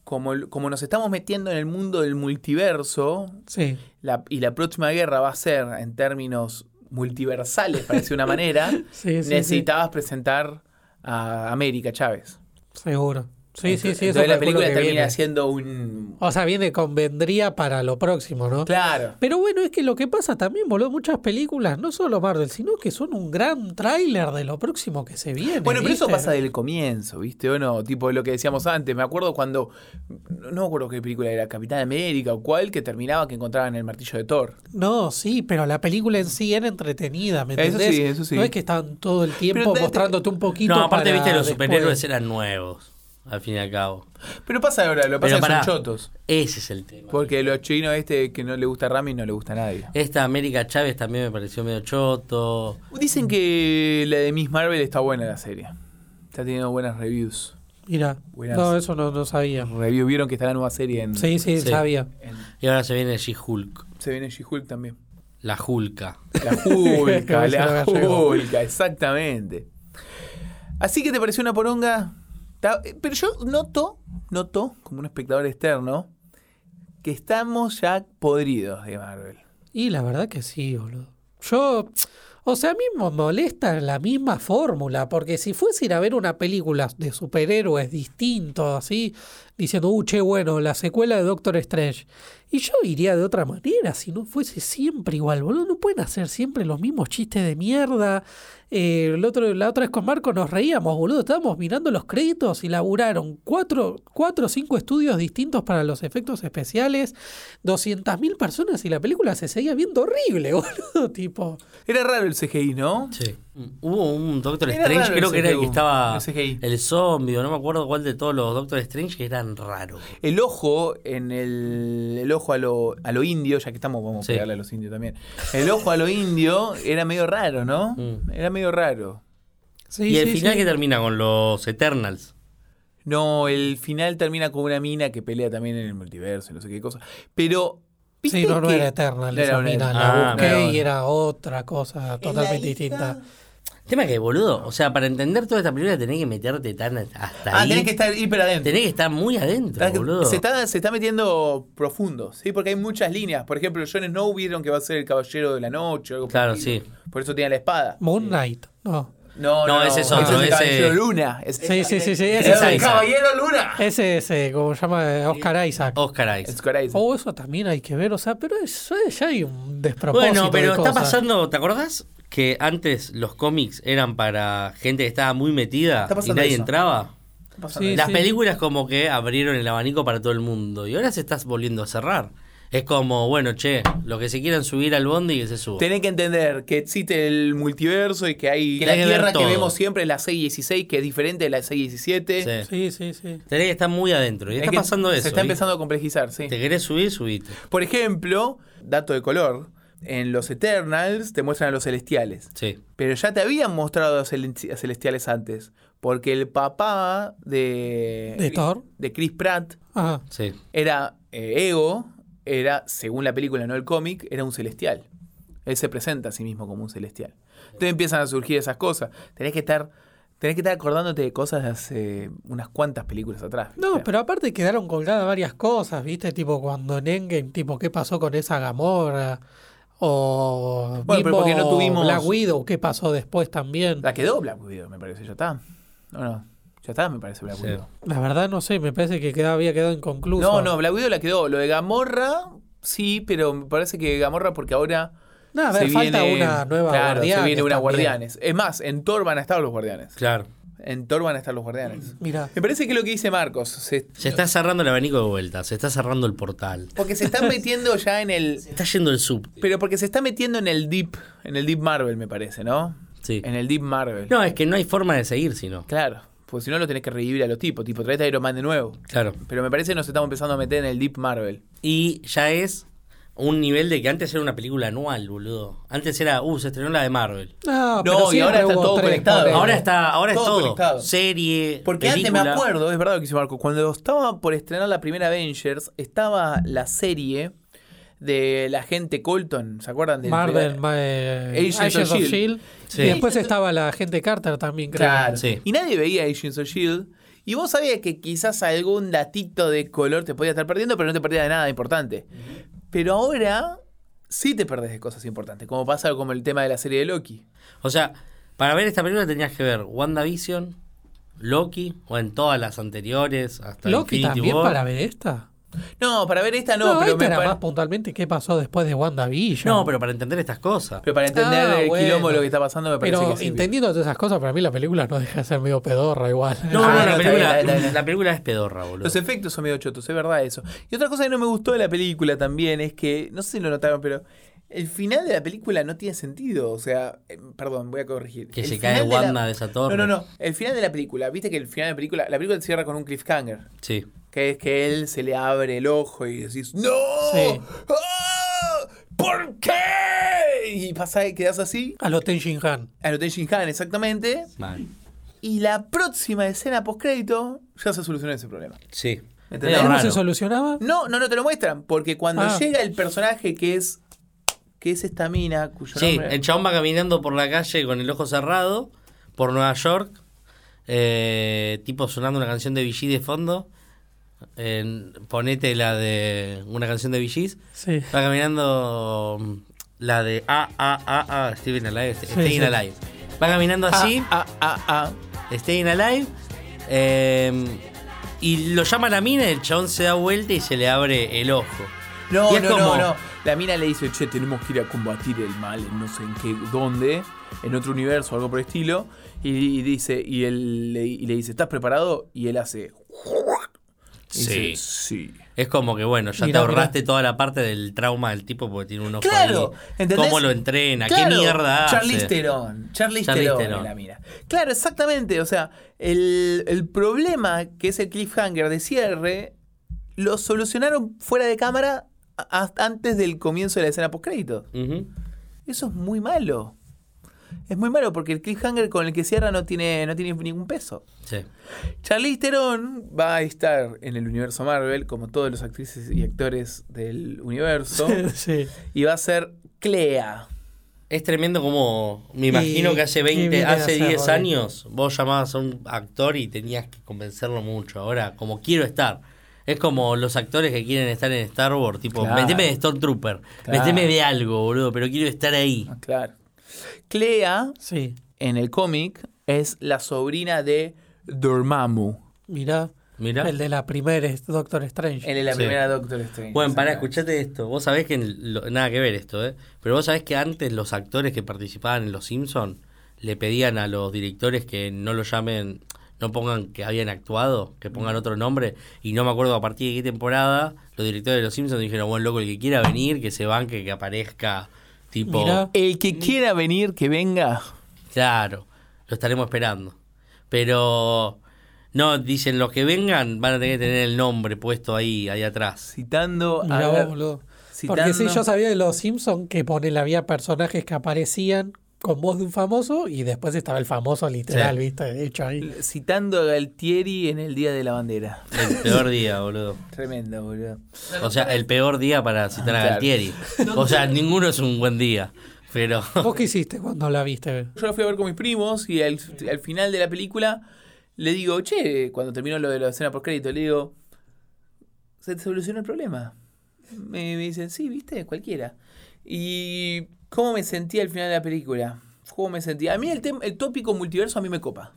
Speaker 1: como, el- como nos estamos metiendo en el mundo del multiverso,
Speaker 2: Sí.
Speaker 1: la- y la próxima guerra va a ser en términos multiversales, parece una manera,
Speaker 2: Sí, sí,
Speaker 1: necesitabas presentar a América Chávez.
Speaker 2: sí, seguro. Sí, sí, sí, eso
Speaker 1: Entonces la
Speaker 2: calculo
Speaker 1: película
Speaker 2: que
Speaker 1: termina
Speaker 2: viene.
Speaker 1: siendo un.
Speaker 2: O sea, viene, convendría para lo próximo, ¿no?
Speaker 1: Claro.
Speaker 2: Pero bueno, es que lo que pasa también, boludo, muchas películas, no solo Marvel, sino que son un gran tráiler de lo próximo que se viene.
Speaker 1: Bueno, pero eso
Speaker 2: ¿viste?
Speaker 1: pasa del comienzo, ¿viste? O no, tipo lo que decíamos antes. Me acuerdo cuando. No no me acuerdo qué película era, Capitán América o cuál, que terminaba que encontraban el martillo de Thor.
Speaker 2: No, sí, pero la película en sí era entretenida, ¿me
Speaker 1: Eso
Speaker 2: entendés?
Speaker 1: sí, eso sí.
Speaker 2: No es que estaban todo el
Speaker 1: Pero
Speaker 2: tiempo
Speaker 1: te- te-
Speaker 2: mostrándote un poquito
Speaker 3: No, aparte,
Speaker 2: para
Speaker 3: viste, los
Speaker 2: después.
Speaker 3: superhéroes eran nuevos, al fin y al cabo.
Speaker 1: Pero pasa ahora, lo que pasa es
Speaker 3: Pero
Speaker 1: que
Speaker 3: pará,
Speaker 1: son chotos.
Speaker 3: ese es el tema.
Speaker 1: Porque los chinos, este que no le gusta a Rami, no le gusta a nadie.
Speaker 3: Esta América Chávez también me pareció medio choto.
Speaker 1: Dicen que la de Miss Marvel está buena la serie. Está teniendo buenas reviews.
Speaker 2: Mira,
Speaker 1: Buenas.
Speaker 2: no, eso no, no sabía.
Speaker 1: Review, vieron que está la nueva serie en.
Speaker 2: Sí, sí,
Speaker 3: Sí.
Speaker 2: sabía.
Speaker 1: en-
Speaker 3: Y ahora se viene She-Hulk,
Speaker 1: se viene She-Hulk también.
Speaker 3: la Hulka.
Speaker 1: La Julka,
Speaker 2: Ese
Speaker 1: la
Speaker 2: no me llegó.
Speaker 1: Julka, exactamente. Así que te pareció una poronga. Ta- eh, Pero yo noto, noto, como un espectador externo, que estamos ya podridos de Marvel.
Speaker 2: Y la verdad que sí, boludo. Yo, o sea, a mí me molesta la misma fórmula, porque si fuese ir a ver una película de superhéroes distinto, así, diciendo, uh, che, bueno, la secuela de Doctor Strange, y yo iría de otra manera, si no fuese siempre igual, boludo, no pueden hacer siempre los mismos chistes de mierda. Eh, el otro, la otra vez con Marco nos reíamos, boludo, estábamos mirando los créditos y laburaron cuatro, cuatro o cinco estudios distintos para los efectos especiales, 200.000 personas y la película se seguía viendo horrible, boludo, tipo...
Speaker 1: Era raro el CGI, ¿no?
Speaker 3: Sí. Mm, Hubo un Doctor
Speaker 1: Era
Speaker 3: Strange,
Speaker 1: raro el
Speaker 3: creo que era el
Speaker 1: CGI.
Speaker 3: que estaba
Speaker 1: El CGI.
Speaker 3: el zombie, o no me acuerdo cuál de todos los Doctor Strange que eran raros.
Speaker 1: El ojo en el, el ojo a lo, a lo indio, ya que estamos, vamos a
Speaker 3: Sí.
Speaker 1: pegarle a los indios también. El ojo a lo indio era medio raro, ¿no?
Speaker 3: Mm.
Speaker 1: Era medio raro.
Speaker 2: Sí,
Speaker 3: y el
Speaker 2: sí,
Speaker 3: final
Speaker 2: sí.
Speaker 3: que termina con los Eternals.
Speaker 1: No, el final termina con una mina que pelea también en el multiverso, y no sé qué cosa. Pero. ¿viste
Speaker 2: Sí, no, no
Speaker 1: que-
Speaker 2: era eterna
Speaker 1: No
Speaker 2: esa
Speaker 1: una-
Speaker 2: mina,
Speaker 3: Ah,
Speaker 2: la busqué
Speaker 1: no era
Speaker 2: y
Speaker 1: una-
Speaker 2: era otra cosa totalmente distinta.
Speaker 3: El tema es que, boludo, o sea, para entender toda esta película tenés que meterte tan hasta
Speaker 1: Ah,
Speaker 3: ahí.
Speaker 1: tenés que estar hiper adentro.
Speaker 3: Tenés que estar muy adentro,
Speaker 1: Está-
Speaker 3: boludo.
Speaker 1: Se está, se está metiendo profundo, ¿sí? Porque hay muchas líneas. Por ejemplo, Jon Snow vieron que va a ser el caballero de la noche o algo por
Speaker 3: Claro,
Speaker 1: el estilo.
Speaker 3: sí.
Speaker 1: Por eso tiene la espada.
Speaker 2: Moon Knight, no.
Speaker 1: No, no,
Speaker 3: No, ese es otro,
Speaker 1: el
Speaker 3: ese-
Speaker 1: caballero Luna. Es-
Speaker 2: Sí, sí, sí, sí,
Speaker 1: es
Speaker 2: ese
Speaker 1: el
Speaker 2: es Isaac.
Speaker 1: caballero Luna.
Speaker 2: Ese es, eh, como se llama, eh, Oscar Isaac.
Speaker 3: Oscar Isaac.
Speaker 1: Es Coraisa.
Speaker 2: O eso también hay que ver, o sea, pero eso es- ya hay un despropósito.
Speaker 3: Bueno, pero
Speaker 2: de
Speaker 3: está
Speaker 2: cosas.
Speaker 3: pasando, ¿te acordás? Que antes los cómics eran para gente que estaba muy metida
Speaker 1: Está
Speaker 3: y
Speaker 1: pasando
Speaker 3: nadie
Speaker 1: eso.
Speaker 3: entraba.
Speaker 1: ¿Qué pasa con
Speaker 2: Sí,
Speaker 1: él?
Speaker 3: Las películas como que abrieron el abanico para todo el mundo y ahora se está volviendo a cerrar. Es como, bueno, che, los que se quieran subir al bondi que se suban.
Speaker 1: Tenés que entender que existe el multiverso y que hay
Speaker 3: Que
Speaker 1: la
Speaker 3: hay que ver
Speaker 1: Tierra que
Speaker 3: todo.
Speaker 1: vemos siempre es la 616, que es diferente de la 617.
Speaker 3: Sí.
Speaker 2: Sí, sí, sí.
Speaker 3: Tenés que estar muy adentro. Y
Speaker 1: Es
Speaker 3: está
Speaker 1: que
Speaker 3: pasando eso.
Speaker 1: Se está
Speaker 3: ¿viste?
Speaker 1: empezando a complejizar, sí.
Speaker 3: Te querés subir, subite.
Speaker 1: Por ejemplo, dato de color, en los Eternals te muestran a los celestiales.
Speaker 3: Sí.
Speaker 1: Pero ya te habían mostrado a celen- a celestiales antes. Porque el papá de.
Speaker 2: ¿De Thor?
Speaker 1: De Chris Pratt
Speaker 2: Ajá.
Speaker 3: Sí.
Speaker 1: era eh, Ego, era, según la película, no el cómic, era un celestial. Él se presenta a sí mismo como un celestial. Entonces empiezan a surgir esas cosas. Tenés que estar, tenés que estar acordándote de cosas de hace unas cuantas películas atrás.
Speaker 2: No,
Speaker 1: ¿viste?
Speaker 2: pero aparte quedaron colgadas varias cosas, ¿viste? Tipo cuando en Endgame, tipo, ¿qué pasó con esa Gamora? O
Speaker 1: Bueno, pero
Speaker 2: mismo
Speaker 1: porque no tuvimos-
Speaker 2: Black Widow, ¿qué pasó después también?
Speaker 1: La quedó Black Widow, me parece, ya está. No, no. Ya está, me parece Black
Speaker 3: Sí.
Speaker 1: Widow.
Speaker 2: La verdad no sé, me parece que quedaba- había quedado inconcluso.
Speaker 1: No, no, Black Widow la quedó. Lo de Gamorra, sí, pero me parece que Gamorra porque ahora
Speaker 2: No, Ah, a ver,
Speaker 1: se
Speaker 2: falta
Speaker 1: viene-
Speaker 2: una nueva
Speaker 1: claro,
Speaker 2: Guardianes
Speaker 1: Se viene una
Speaker 2: también.
Speaker 1: Guardianes. Es más, en Thor van a estar los Guardianes.
Speaker 3: Claro.
Speaker 1: En Thor van a estar los Guardianes.
Speaker 2: Mira.
Speaker 1: Me parece que es lo que dice Marcos. se-
Speaker 3: Se está cerrando el abanico de vuelta, se está cerrando el portal.
Speaker 1: porque se están metiendo ya en el.
Speaker 3: Está yendo el sub.
Speaker 1: Pero porque se está metiendo en el Deep. En el Deep Marvel, me parece, ¿no?
Speaker 3: Sí.
Speaker 1: En el Deep Marvel.
Speaker 3: No, es que no hay forma de seguir, sino.
Speaker 1: Claro. Porque si no lo tenés que revivir a los tipos. Tipo, traete a Iron Man de nuevo.
Speaker 3: Claro.
Speaker 1: Pero me parece que nos estamos empezando a meter en el Deep Marvel.
Speaker 3: Y ya es un nivel de que antes era una película anual, boludo. Antes era, uh, se estrenó la de Marvel.
Speaker 2: No,
Speaker 1: No,
Speaker 2: pero
Speaker 1: y ahora
Speaker 2: siempre
Speaker 1: está
Speaker 2: hubo
Speaker 1: todo
Speaker 2: tres,
Speaker 1: conectado.
Speaker 2: ponele.
Speaker 3: Ahora está, ahora es
Speaker 1: Todo
Speaker 3: todo.
Speaker 1: conectado.
Speaker 3: Serie.
Speaker 1: Porque antes me
Speaker 3: película.
Speaker 1: acuerdo, es verdad lo que hizo Marco, cuando estaba por estrenar la primera Avengers, estaba la serie de la gente Colton, ¿se acuerdan? del
Speaker 2: Marvel,
Speaker 1: primer-
Speaker 2: ma- eh,
Speaker 1: Agents
Speaker 2: Agents,
Speaker 1: of
Speaker 2: of
Speaker 1: Shield.
Speaker 2: Shield.
Speaker 3: Sí.
Speaker 2: Y después estaba la gente Carter también, creo.
Speaker 1: Claro.
Speaker 3: Sí.
Speaker 1: Y nadie veía Agents of Shield. E Y vos sabías que quizás algún datito de color te podía estar perdiendo, pero no te perdías de nada importante. Pero ahora sí te perdés de cosas importantes, como pasa con el tema de la serie de Loki.
Speaker 3: O sea, para ver esta película tenías que ver WandaVision, Loki, o en todas las anteriores, hasta
Speaker 2: Loki
Speaker 3: Infinity
Speaker 2: también
Speaker 3: War.
Speaker 2: para ver esta.
Speaker 1: No, para ver esta Ah, no,
Speaker 2: No,
Speaker 1: pero,
Speaker 2: esta
Speaker 1: me
Speaker 2: era
Speaker 1: pare-
Speaker 2: más puntualmente qué pasó después de WandaVision.
Speaker 3: No, pero para entender estas cosas.
Speaker 1: pero para entender
Speaker 2: Ah,
Speaker 1: el
Speaker 2: bueno.
Speaker 1: quilombo de lo que está pasando me parece
Speaker 2: Pero
Speaker 1: que sí.
Speaker 2: entendiendo todas esas cosas, para mí la película no deja de ser medio pedorra igual.
Speaker 3: No,
Speaker 1: Ah,
Speaker 3: no,
Speaker 1: no,
Speaker 3: la,
Speaker 1: está
Speaker 3: película,
Speaker 1: bien, está bien, está bien.
Speaker 3: la película es pedorra, boludo.
Speaker 1: Los efectos son medio chotos, es verdad eso. Y otra cosa que no me gustó de la película también es que, no sé si lo notaron, pero el final de la película no tiene sentido. O sea, eh, perdón, voy a corregir.
Speaker 3: que
Speaker 1: El
Speaker 3: se
Speaker 1: final
Speaker 3: cae
Speaker 1: la-
Speaker 3: Wanda de esa torre.
Speaker 1: No, no, no. El final de la película, viste que el final de la película, la película cierra con un cliffhanger,
Speaker 3: Sí.
Speaker 1: que es que él se le abre el ojo y decís, ¡No!
Speaker 2: Sí.
Speaker 1: ¡Ah! ¿Por qué? Y pasa, quedas así.
Speaker 2: A lo Tenjin Han.
Speaker 1: A lo Tenjin Han, exactamente.
Speaker 3: Mal.
Speaker 1: Y la próxima escena postcrédito ya se solucionó ese problema.
Speaker 3: Sí.
Speaker 1: ¿Entendés?
Speaker 3: Era
Speaker 2: ¿Cómo se
Speaker 3: raro.
Speaker 2: solucionaba?
Speaker 1: No, no, no te lo muestran, porque cuando
Speaker 2: Ah.
Speaker 1: llega el personaje que es que es esta mina cuyo
Speaker 3: Sí,
Speaker 1: nombre
Speaker 3: el chabón va caminando por la calle con el ojo cerrado, por Nueva York, eh, tipo sonando una canción de VG de fondo. en- ponete la de una canción de VGs.
Speaker 2: Sí.
Speaker 3: Va caminando mm, la de A, A, A, A, Steven Alive, Steven
Speaker 2: sí.
Speaker 3: Alive. Va caminando así,
Speaker 1: Ah, ah, ah,
Speaker 3: Steven Alive, eh, y lo llama la mina, el chabón se da vuelta y se le abre el ojo.
Speaker 1: ah. No, no,
Speaker 3: Y es
Speaker 1: no,
Speaker 3: como-
Speaker 1: no. La mina le dice, che, tenemos que ir a combatir el mal en no sé en qué, dónde, en otro universo, algo por el estilo. Y, y dice, y él le, y le dice, ¿estás preparado? Y él hace. y dice,
Speaker 3: Sí.
Speaker 1: sí.
Speaker 3: Es como que bueno, ya
Speaker 2: Mirá,
Speaker 3: te ahorraste toda la parte del trauma del tipo porque tiene un ojo.
Speaker 1: Claro,
Speaker 3: ahí.
Speaker 1: ¿entendés?
Speaker 3: ¿Cómo lo entrena? ¿Qué
Speaker 1: Claro,
Speaker 3: mierda hace?
Speaker 1: Charlize Theron. Charlize
Speaker 3: Charlize
Speaker 1: Theron
Speaker 3: Theron.
Speaker 1: en la mira. Claro, exactamente. O sea, el, el problema que es el cliffhanger de cierre lo solucionaron fuera de cámara a- a- antes del comienzo de la escena postcrédito.
Speaker 3: Ujú.
Speaker 1: Eso es muy malo. Es muy malo porque el cliffhanger con el que cierra no tiene, no tiene ningún peso.
Speaker 3: Sí.
Speaker 1: Charlize Theron va a estar en el universo Marvel, como todos los actrices y actores del universo,
Speaker 2: sí.
Speaker 1: y va a ser Clea.
Speaker 3: Es tremendo como, me imagino
Speaker 2: Y-
Speaker 3: que hace
Speaker 2: y
Speaker 3: 20,
Speaker 2: viene a
Speaker 3: hace
Speaker 2: hacer
Speaker 3: 10
Speaker 2: roles.
Speaker 3: años vos llamabas a un actor y tenías que convencerlo mucho. Ahora, como quiero estar. Es como los actores que quieren estar en Star Wars, tipo,
Speaker 1: Claro.
Speaker 3: meteme de Stormtrooper,
Speaker 1: Claro.
Speaker 3: meteme de algo, boludo, pero quiero estar ahí.
Speaker 1: Ah, Claro. Clea,
Speaker 2: Sí.
Speaker 1: en el cómic, es la sobrina de Dormammu.
Speaker 2: Mirá.
Speaker 3: Mirá.
Speaker 2: El de la primera es Doctor Strange.
Speaker 1: Él es la
Speaker 3: Sí.
Speaker 1: primera Doctor Strange.
Speaker 3: Bueno, pará, escuchate esto. Vos sabés que. en lo- nada que ver esto, ¿eh? Pero vos sabés que antes los actores que participaban en Los Simpson le pedían a los directores que no lo llamen. No pongan que habían actuado, que pongan otro nombre. Y no me acuerdo a partir de qué temporada los directores de Los Simpsons dijeron: Bueno, loco, el que quiera venir, que se banque, que aparezca. Tipo.
Speaker 2: Mirá.
Speaker 1: El que quiera venir, que venga.
Speaker 3: Claro, lo estaremos esperando. Pero. No, dicen: Los que vengan van a tener que tener el nombre puesto ahí, ahí atrás.
Speaker 1: Citando a.
Speaker 2: Mirá vos, boludo.
Speaker 1: citando-
Speaker 2: Porque sí, yo sabía de los Simpsons que ponen, había personajes que aparecían con voz de un famoso y después estaba el famoso literal,
Speaker 3: Sí.
Speaker 2: ¿viste? Hecho ahí.
Speaker 1: Citando a Galtieri en el Día de la Bandera.
Speaker 3: El peor día, boludo.
Speaker 1: Tremendo, boludo.
Speaker 3: O sea, el peor día para citar a
Speaker 1: Claro.
Speaker 3: Galtieri. O sea, ninguno es un buen día. Pero.
Speaker 2: ¿Vos qué hiciste cuando la viste?
Speaker 1: Yo la fui a ver con mis primos y al, al final de la película le digo, che, cuando terminó lo de la escena por crédito, le digo, se te solucionó el problema. Me, me dicen, sí, viste, cualquiera. ¿Y cómo me sentí al final de la película? ¿Cómo me sentí? A mí el, tem- el tópico multiverso a mí me copa.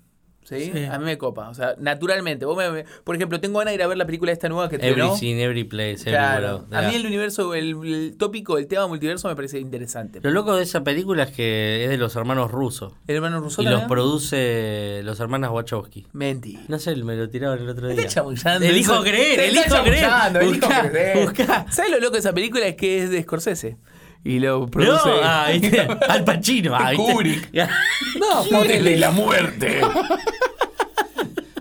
Speaker 1: ¿sí?
Speaker 2: Sí.
Speaker 1: A mí me copa. O sea, naturalmente. Vos me- me- por ejemplo, tengo ganas de ir a ver la película esta nueva que
Speaker 3: Every
Speaker 1: estrenó.
Speaker 3: scene, every place,
Speaker 1: Claro.
Speaker 3: everywhere.
Speaker 1: A mí el universo, el, el tópico, el tema multiverso me parece interesante.
Speaker 3: Lo loco de esa película es que es de los hermanos rusos.
Speaker 1: ¿El hermano Russo
Speaker 3: Y los
Speaker 1: también?
Speaker 3: produce los hermanos Wachowski.
Speaker 1: Mentira.
Speaker 3: No sé, me lo tiraron el otro
Speaker 1: Me
Speaker 3: día.
Speaker 1: está chamullando.
Speaker 3: Elijo
Speaker 1: Eso-
Speaker 3: creer,
Speaker 1: Te está
Speaker 3: elijo creer.
Speaker 1: chamullando, elijo
Speaker 3: Buscá,
Speaker 1: creer.
Speaker 3: buscá.
Speaker 1: ¿Sabes lo loco de esa película? Es que es de Scorsese. Y lo
Speaker 3: No,
Speaker 1: produce.
Speaker 3: ah, ¿viste? Al Pacino. Ah, ¿viste?
Speaker 1: Kubrick.
Speaker 2: No,
Speaker 1: Ponele
Speaker 2: ponele,
Speaker 1: la muerte.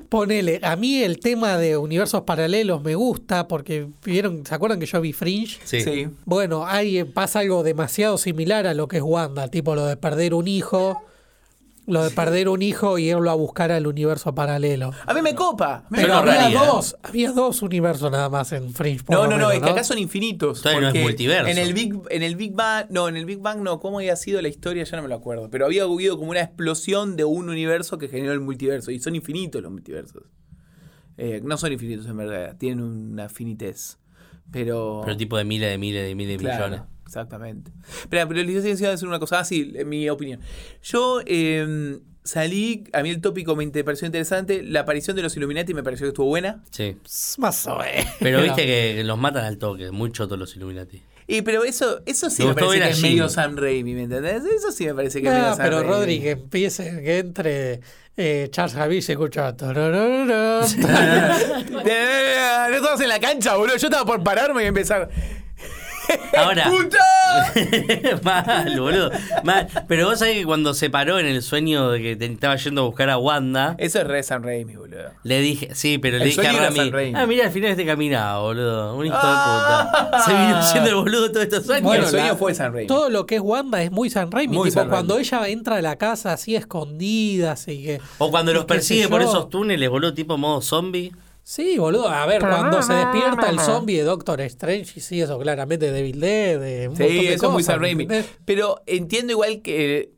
Speaker 2: ponele. A mí el tema de universos paralelos me gusta porque vieron, ¿se acuerdan que yo vi Fringe?
Speaker 3: Sí.
Speaker 1: sí.
Speaker 2: Bueno, ahí pasa algo demasiado similar a lo que es Wanda, tipo lo de perder un hijo, lo de perder un hijo y irlo a buscar al universo paralelo.
Speaker 1: A mí me copa. A mí me
Speaker 2: Pero
Speaker 3: no
Speaker 1: copa.
Speaker 2: había
Speaker 3: raría, ¿eh?
Speaker 2: dos, había dos universos nada más en Fringe. por
Speaker 1: No,
Speaker 2: lo
Speaker 1: no, no,
Speaker 2: menos,
Speaker 1: es que acá son infinitos.
Speaker 3: Todavía no es
Speaker 1: porque
Speaker 3: multiverso.
Speaker 1: En el, Big, en el Big Bang, no, en el Big Bang no, cómo había sido la historia ya no me lo acuerdo, pero había habido como una explosión de un universo que generó el multiverso, y son infinitos los multiversos. Eh, no son infinitos en verdad, tienen una finitez, pero...
Speaker 3: Pero tipo de miles, de miles, de miles, de
Speaker 1: Claro,
Speaker 3: millones.
Speaker 1: Exactamente. Espera, pero les decía decir una cosa. Ah, sí, en mi opinión. Yo eh, salí, a mí el tópico me inter- pareció interesante. La aparición de los Illuminati me pareció que estuvo buena.
Speaker 3: Sí.
Speaker 2: Es Más o menos.
Speaker 3: Pero viste que los matan al toque. Muy chotos los Illuminati.
Speaker 1: Y pero eso, eso sí
Speaker 3: Me
Speaker 1: me,
Speaker 3: gustó
Speaker 1: parece
Speaker 3: ver a
Speaker 1: que es
Speaker 3: Jimmy.
Speaker 1: medio Sam Raimi, ¿me entendés? Eso sí me parece que es medio
Speaker 2: No,
Speaker 1: Sam
Speaker 2: pero
Speaker 1: Raimi.
Speaker 2: Rodri, que empiece, que entre eh, Charles Javier se escucha. tararara,
Speaker 1: No estabas en la cancha, boludo. Yo estaba por pararme y empezar.
Speaker 3: Ahora.
Speaker 1: ¡Puta!
Speaker 3: Mal, boludo. Mal. Pero vos sabés que cuando se paró en el sueño de que te- estaba yendo a buscar a Wanda,
Speaker 1: Eso es re Sam Raimi, boludo.
Speaker 3: le dije, sí, pero le
Speaker 1: El
Speaker 3: dije a
Speaker 1: sueño era
Speaker 3: Rami,
Speaker 1: San Raimi.
Speaker 3: ah, mira, al final este caminaba, boludo. Un hijo de puta.
Speaker 1: Ah.
Speaker 3: Se vino yendo el boludo este todos estos años.
Speaker 1: Bueno, el
Speaker 2: la-
Speaker 1: sueño fue San Raimi.
Speaker 2: Todo lo que es Wanda es muy San Raimi.
Speaker 1: Muy
Speaker 2: tipo,
Speaker 1: San Raimi.
Speaker 2: cuando ella entra a la casa así escondida, así que.
Speaker 1: Oh.
Speaker 3: o cuando
Speaker 2: y
Speaker 3: los
Speaker 2: qué sé
Speaker 3: persigue por
Speaker 2: yo.
Speaker 3: esos túneles, boludo, tipo modo zombie.
Speaker 2: Sí, boludo. A ver, cuando se despierta el zombie de Doctor Strange, y sí, eso claramente, de Evil Dead, de un montón
Speaker 1: Sí,
Speaker 2: de
Speaker 1: eso es muy
Speaker 2: cosas,
Speaker 1: Sam
Speaker 2: ¿me
Speaker 1: Raimi.
Speaker 2: entendés?
Speaker 1: Pero entiendo igual que eh,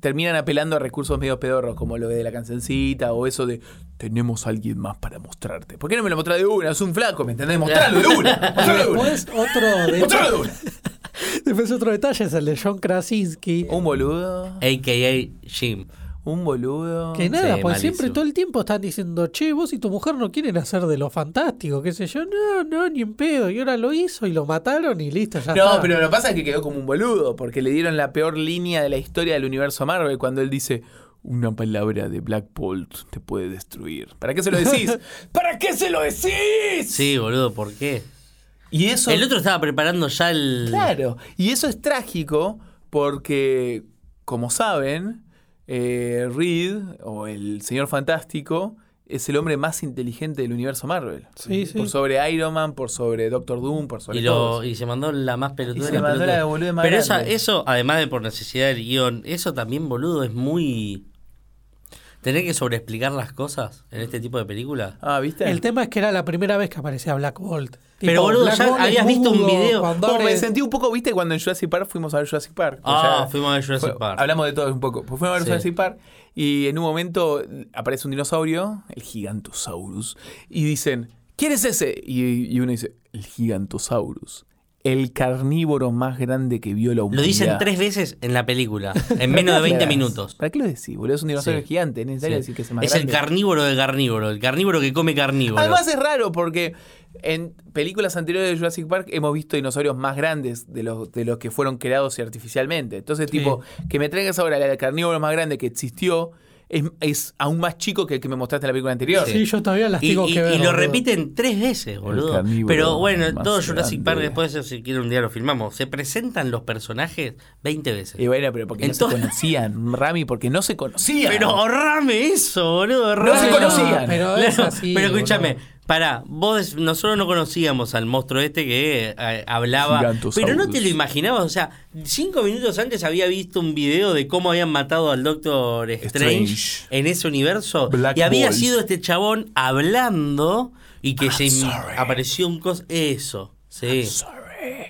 Speaker 1: terminan apelando a recursos medio pedorros, como lo de la cancioncita o eso de tenemos a alguien más para mostrarte. ¿Por qué no me lo mostrás de una? Es un flaco, ¿me entendés? Mostralo de una. Mostralo de una.
Speaker 2: Después otro,
Speaker 1: Mostralo de
Speaker 2: detalle,
Speaker 1: una.
Speaker 2: después otro detalle es el de John Krasinski.
Speaker 1: Un boludo.
Speaker 3: A.K.A. Jim.
Speaker 1: Un boludo.
Speaker 2: Que nada,
Speaker 3: Sí,
Speaker 2: pues
Speaker 3: malísimo.
Speaker 2: siempre todo el tiempo están diciendo, che, vos y tu mujer no quieren hacer de lo fantástico, qué sé yo, no, no, ni en pedo, y ahora lo hizo y lo mataron y listo, ya
Speaker 1: No,
Speaker 2: está.
Speaker 1: pero lo que pasa es que quedó como un boludo, porque le dieron la peor línea de la historia del universo Marvel cuando él dice, una palabra de Black Bolt te puede destruir. ¿Para qué se lo decís? ¿Para qué se lo decís?
Speaker 3: Sí, boludo, ¿por qué?
Speaker 1: Y eso...
Speaker 3: El otro estaba preparando ya el.
Speaker 1: Claro, y eso es trágico porque, como saben, eh, Reed, o el Señor Fantástico, es el hombre más inteligente del universo Marvel.
Speaker 2: Sí, sí.
Speaker 1: Por sobre Iron Man, por sobre Doctor Doom, por sobre
Speaker 3: Y, lo,
Speaker 1: todos.
Speaker 3: y se mandó la más pelotuda.
Speaker 1: Y se
Speaker 3: de las
Speaker 1: mandó la
Speaker 3: pelotudas.
Speaker 1: boluda más
Speaker 3: Pero esa-
Speaker 1: grande.
Speaker 3: eso, además de por necesidad del guión, eso también, boludo, es muy. Tener que sobreexplicar las cosas en este tipo de películas.
Speaker 1: Ah, ¿viste?
Speaker 2: El tema es que era la primera vez que aparecía Black Bolt.
Speaker 3: Pero,
Speaker 2: Tipo,
Speaker 3: boludo,
Speaker 2: Black
Speaker 3: ya
Speaker 2: Bolt es
Speaker 3: habías visto un
Speaker 2: mudo,
Speaker 3: video.
Speaker 2: cuando
Speaker 1: Como me
Speaker 2: abre-
Speaker 1: sentí un poco, ¿viste? Cuando en Jurassic Park fuimos a ver Jurassic Park.
Speaker 3: Ah,
Speaker 1: O sea,
Speaker 3: fuimos a ver Jurassic
Speaker 1: fue-
Speaker 3: Park.
Speaker 1: Hablamos de todo un poco. Pues fuimos a ver
Speaker 3: Sí.
Speaker 1: Jurassic Park y en un momento aparece un dinosaurio, el Gigantosaurus, y dicen, ¿quién es ese? Y, y uno dice, el Gigantosaurus, el carnívoro más grande que vio la humanidad.
Speaker 3: Lo dicen tres veces en la película, en menos de 20 minutos.
Speaker 1: ¿Para qué lo decís, boludo? Es un dinosaurio
Speaker 3: Sí.
Speaker 1: gigante, es necesario decir que es el más
Speaker 3: Es el
Speaker 1: grande.
Speaker 3: carnívoro de carnívoro, el carnívoro que come carnívoro.
Speaker 1: Además es raro porque en películas anteriores de Jurassic Park hemos visto dinosaurios más grandes de los, de los que fueron creados artificialmente. Entonces, tipo, que me traigas ahora el carnívoro más grande que existió es, es aún más chico que el que me mostraste en la película anterior.
Speaker 2: Sí, yo todavía las
Speaker 3: y,
Speaker 2: tengo
Speaker 3: y-
Speaker 2: que ver.
Speaker 3: y lo
Speaker 2: boludo.
Speaker 3: repiten tres veces, boludo.
Speaker 1: carnívoro
Speaker 3: Pero bueno,
Speaker 1: más
Speaker 3: todo Jurassic Park,
Speaker 1: grande.
Speaker 3: después de eso, si quiere un día lo filmamos. Se presentan los personajes 20 veces.
Speaker 1: Y bueno, pero porque
Speaker 3: Entonces-
Speaker 1: no se conocían, Rami, porque no se conocían.
Speaker 3: Pero ahorrame eso, boludo.
Speaker 1: No se
Speaker 3: ahorrame.
Speaker 1: conocían.
Speaker 2: Pero es así,
Speaker 3: pero escúchame,
Speaker 2: boludo.
Speaker 3: pará, vos, nosotros no conocíamos al monstruo este que eh, hablaba. Pero no te lo imaginabas, o sea, cinco minutos antes había visto un video de cómo habían matado al Doctor Strange,
Speaker 1: Strange.
Speaker 3: en ese universo.
Speaker 1: Black
Speaker 3: y había
Speaker 1: Bolt. Ah,
Speaker 3: sido este chabón hablando y que se
Speaker 1: sorry.
Speaker 3: apareció un cos. Eso, sí.
Speaker 1: Sorry.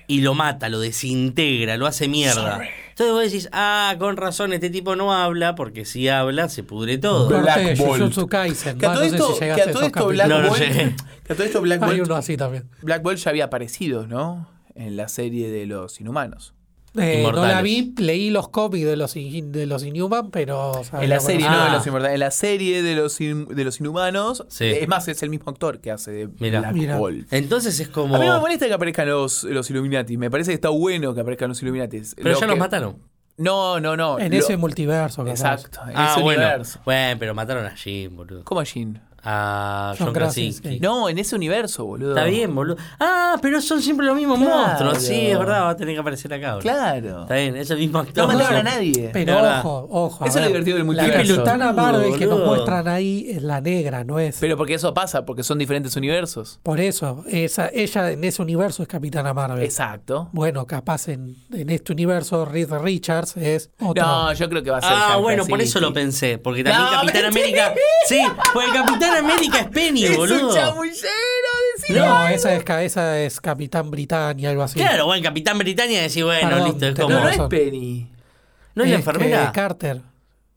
Speaker 3: Y lo mata, lo desintegra, lo hace mierda.
Speaker 1: Sorry.
Speaker 3: Entonces vos decís, ah, con razón, este tipo no habla, porque si habla se pudre todo.
Speaker 1: Black
Speaker 2: Corte de
Speaker 1: Bolt.
Speaker 2: Jujutsu Kaisen.
Speaker 1: Que a
Speaker 2: Va,
Speaker 1: todo
Speaker 2: no sé
Speaker 1: esto,
Speaker 2: si
Speaker 1: que
Speaker 2: llegaste
Speaker 1: a todo
Speaker 2: esos
Speaker 1: esto Black
Speaker 3: No,
Speaker 2: capítulos.
Speaker 3: no
Speaker 1: Bolt-
Speaker 3: llegué.
Speaker 1: que a todo esto Black
Speaker 2: Hay
Speaker 1: Bolt,
Speaker 2: uno así también.
Speaker 1: Black Bolt ya había aparecido, ¿no? En la serie de los inhumanos.
Speaker 2: Eh, no la
Speaker 3: Inmortales.
Speaker 2: vi, leí los cómics de los, in- de los Inhuman, pero. o sea,
Speaker 1: En la
Speaker 2: no
Speaker 1: serie,
Speaker 2: conozco.
Speaker 1: no
Speaker 3: Ah.
Speaker 1: de los inmortales, en la serie de los, in- de los inhumanos.
Speaker 3: Sí.
Speaker 1: Es más, es el mismo actor que hace de
Speaker 3: Mirá.
Speaker 1: Black
Speaker 2: Mirá.
Speaker 1: Bolt.
Speaker 3: Entonces es como.
Speaker 1: A mí no me molesta que aparezcan los, los Illuminati. Me parece que está bueno que aparezcan los Illuminati.
Speaker 3: pero
Speaker 1: Lo
Speaker 3: ya los
Speaker 1: que-
Speaker 3: mataron.
Speaker 1: No, no, no.
Speaker 2: En
Speaker 1: Lo-
Speaker 2: ese multiverso, capaz.
Speaker 1: Exacto. En
Speaker 3: Ah,
Speaker 1: ese
Speaker 3: bueno.
Speaker 1: universo.
Speaker 3: Bueno, pero mataron a Jim, boludo.
Speaker 1: ¿Cómo a Jean?
Speaker 3: A
Speaker 2: John
Speaker 3: John
Speaker 2: Krasinski.
Speaker 3: Krasinski.
Speaker 1: No, en ese universo, boludo.
Speaker 3: Está bien, boludo. Ah, pero son siempre los mismos
Speaker 1: Claro.
Speaker 3: monstruos. Sí, es verdad, va a tener que aparecer acá, boludo.
Speaker 1: Claro.
Speaker 3: Está bien, es el mismo actor.
Speaker 1: No mataron a
Speaker 3: Sí.
Speaker 1: nadie.
Speaker 2: Pero
Speaker 3: La verdad.
Speaker 2: ojo, ojo. a
Speaker 1: Eso es lo
Speaker 2: ver,
Speaker 1: divertido del
Speaker 2: La
Speaker 1: multiverso.
Speaker 2: capitana Marvel que nos
Speaker 3: Boludo.
Speaker 2: muestran ahí es la negra, no es.
Speaker 1: Pero porque eso pasa, porque son diferentes universos.
Speaker 2: Por eso, esa, ella en ese universo es capitana Marvel.
Speaker 1: Exacto.
Speaker 2: Bueno, capaz en, en este universo Reed Richards es otro.
Speaker 1: No, yo creo que va a ser.
Speaker 3: Ah,
Speaker 1: John
Speaker 3: bueno, por
Speaker 1: Krasinski.
Speaker 3: eso lo pensé. Porque también
Speaker 1: No,
Speaker 3: Capitán
Speaker 1: mentira.
Speaker 3: América. Sí, porque Capitán América es Penny,
Speaker 1: Es
Speaker 3: boludo.
Speaker 1: un chamullero, decilo.
Speaker 2: No, esa es, ca- esa es Capitán Britannia, algo así.
Speaker 3: Claro, bueno, Capitán Britannia decís, bueno,
Speaker 2: Perdón,
Speaker 3: listo, es
Speaker 2: tenés
Speaker 3: como.
Speaker 1: No, no
Speaker 3: No,
Speaker 1: es
Speaker 2: razón.
Speaker 1: Penny.
Speaker 3: es la
Speaker 2: Este,
Speaker 3: enfermera.
Speaker 2: Carter.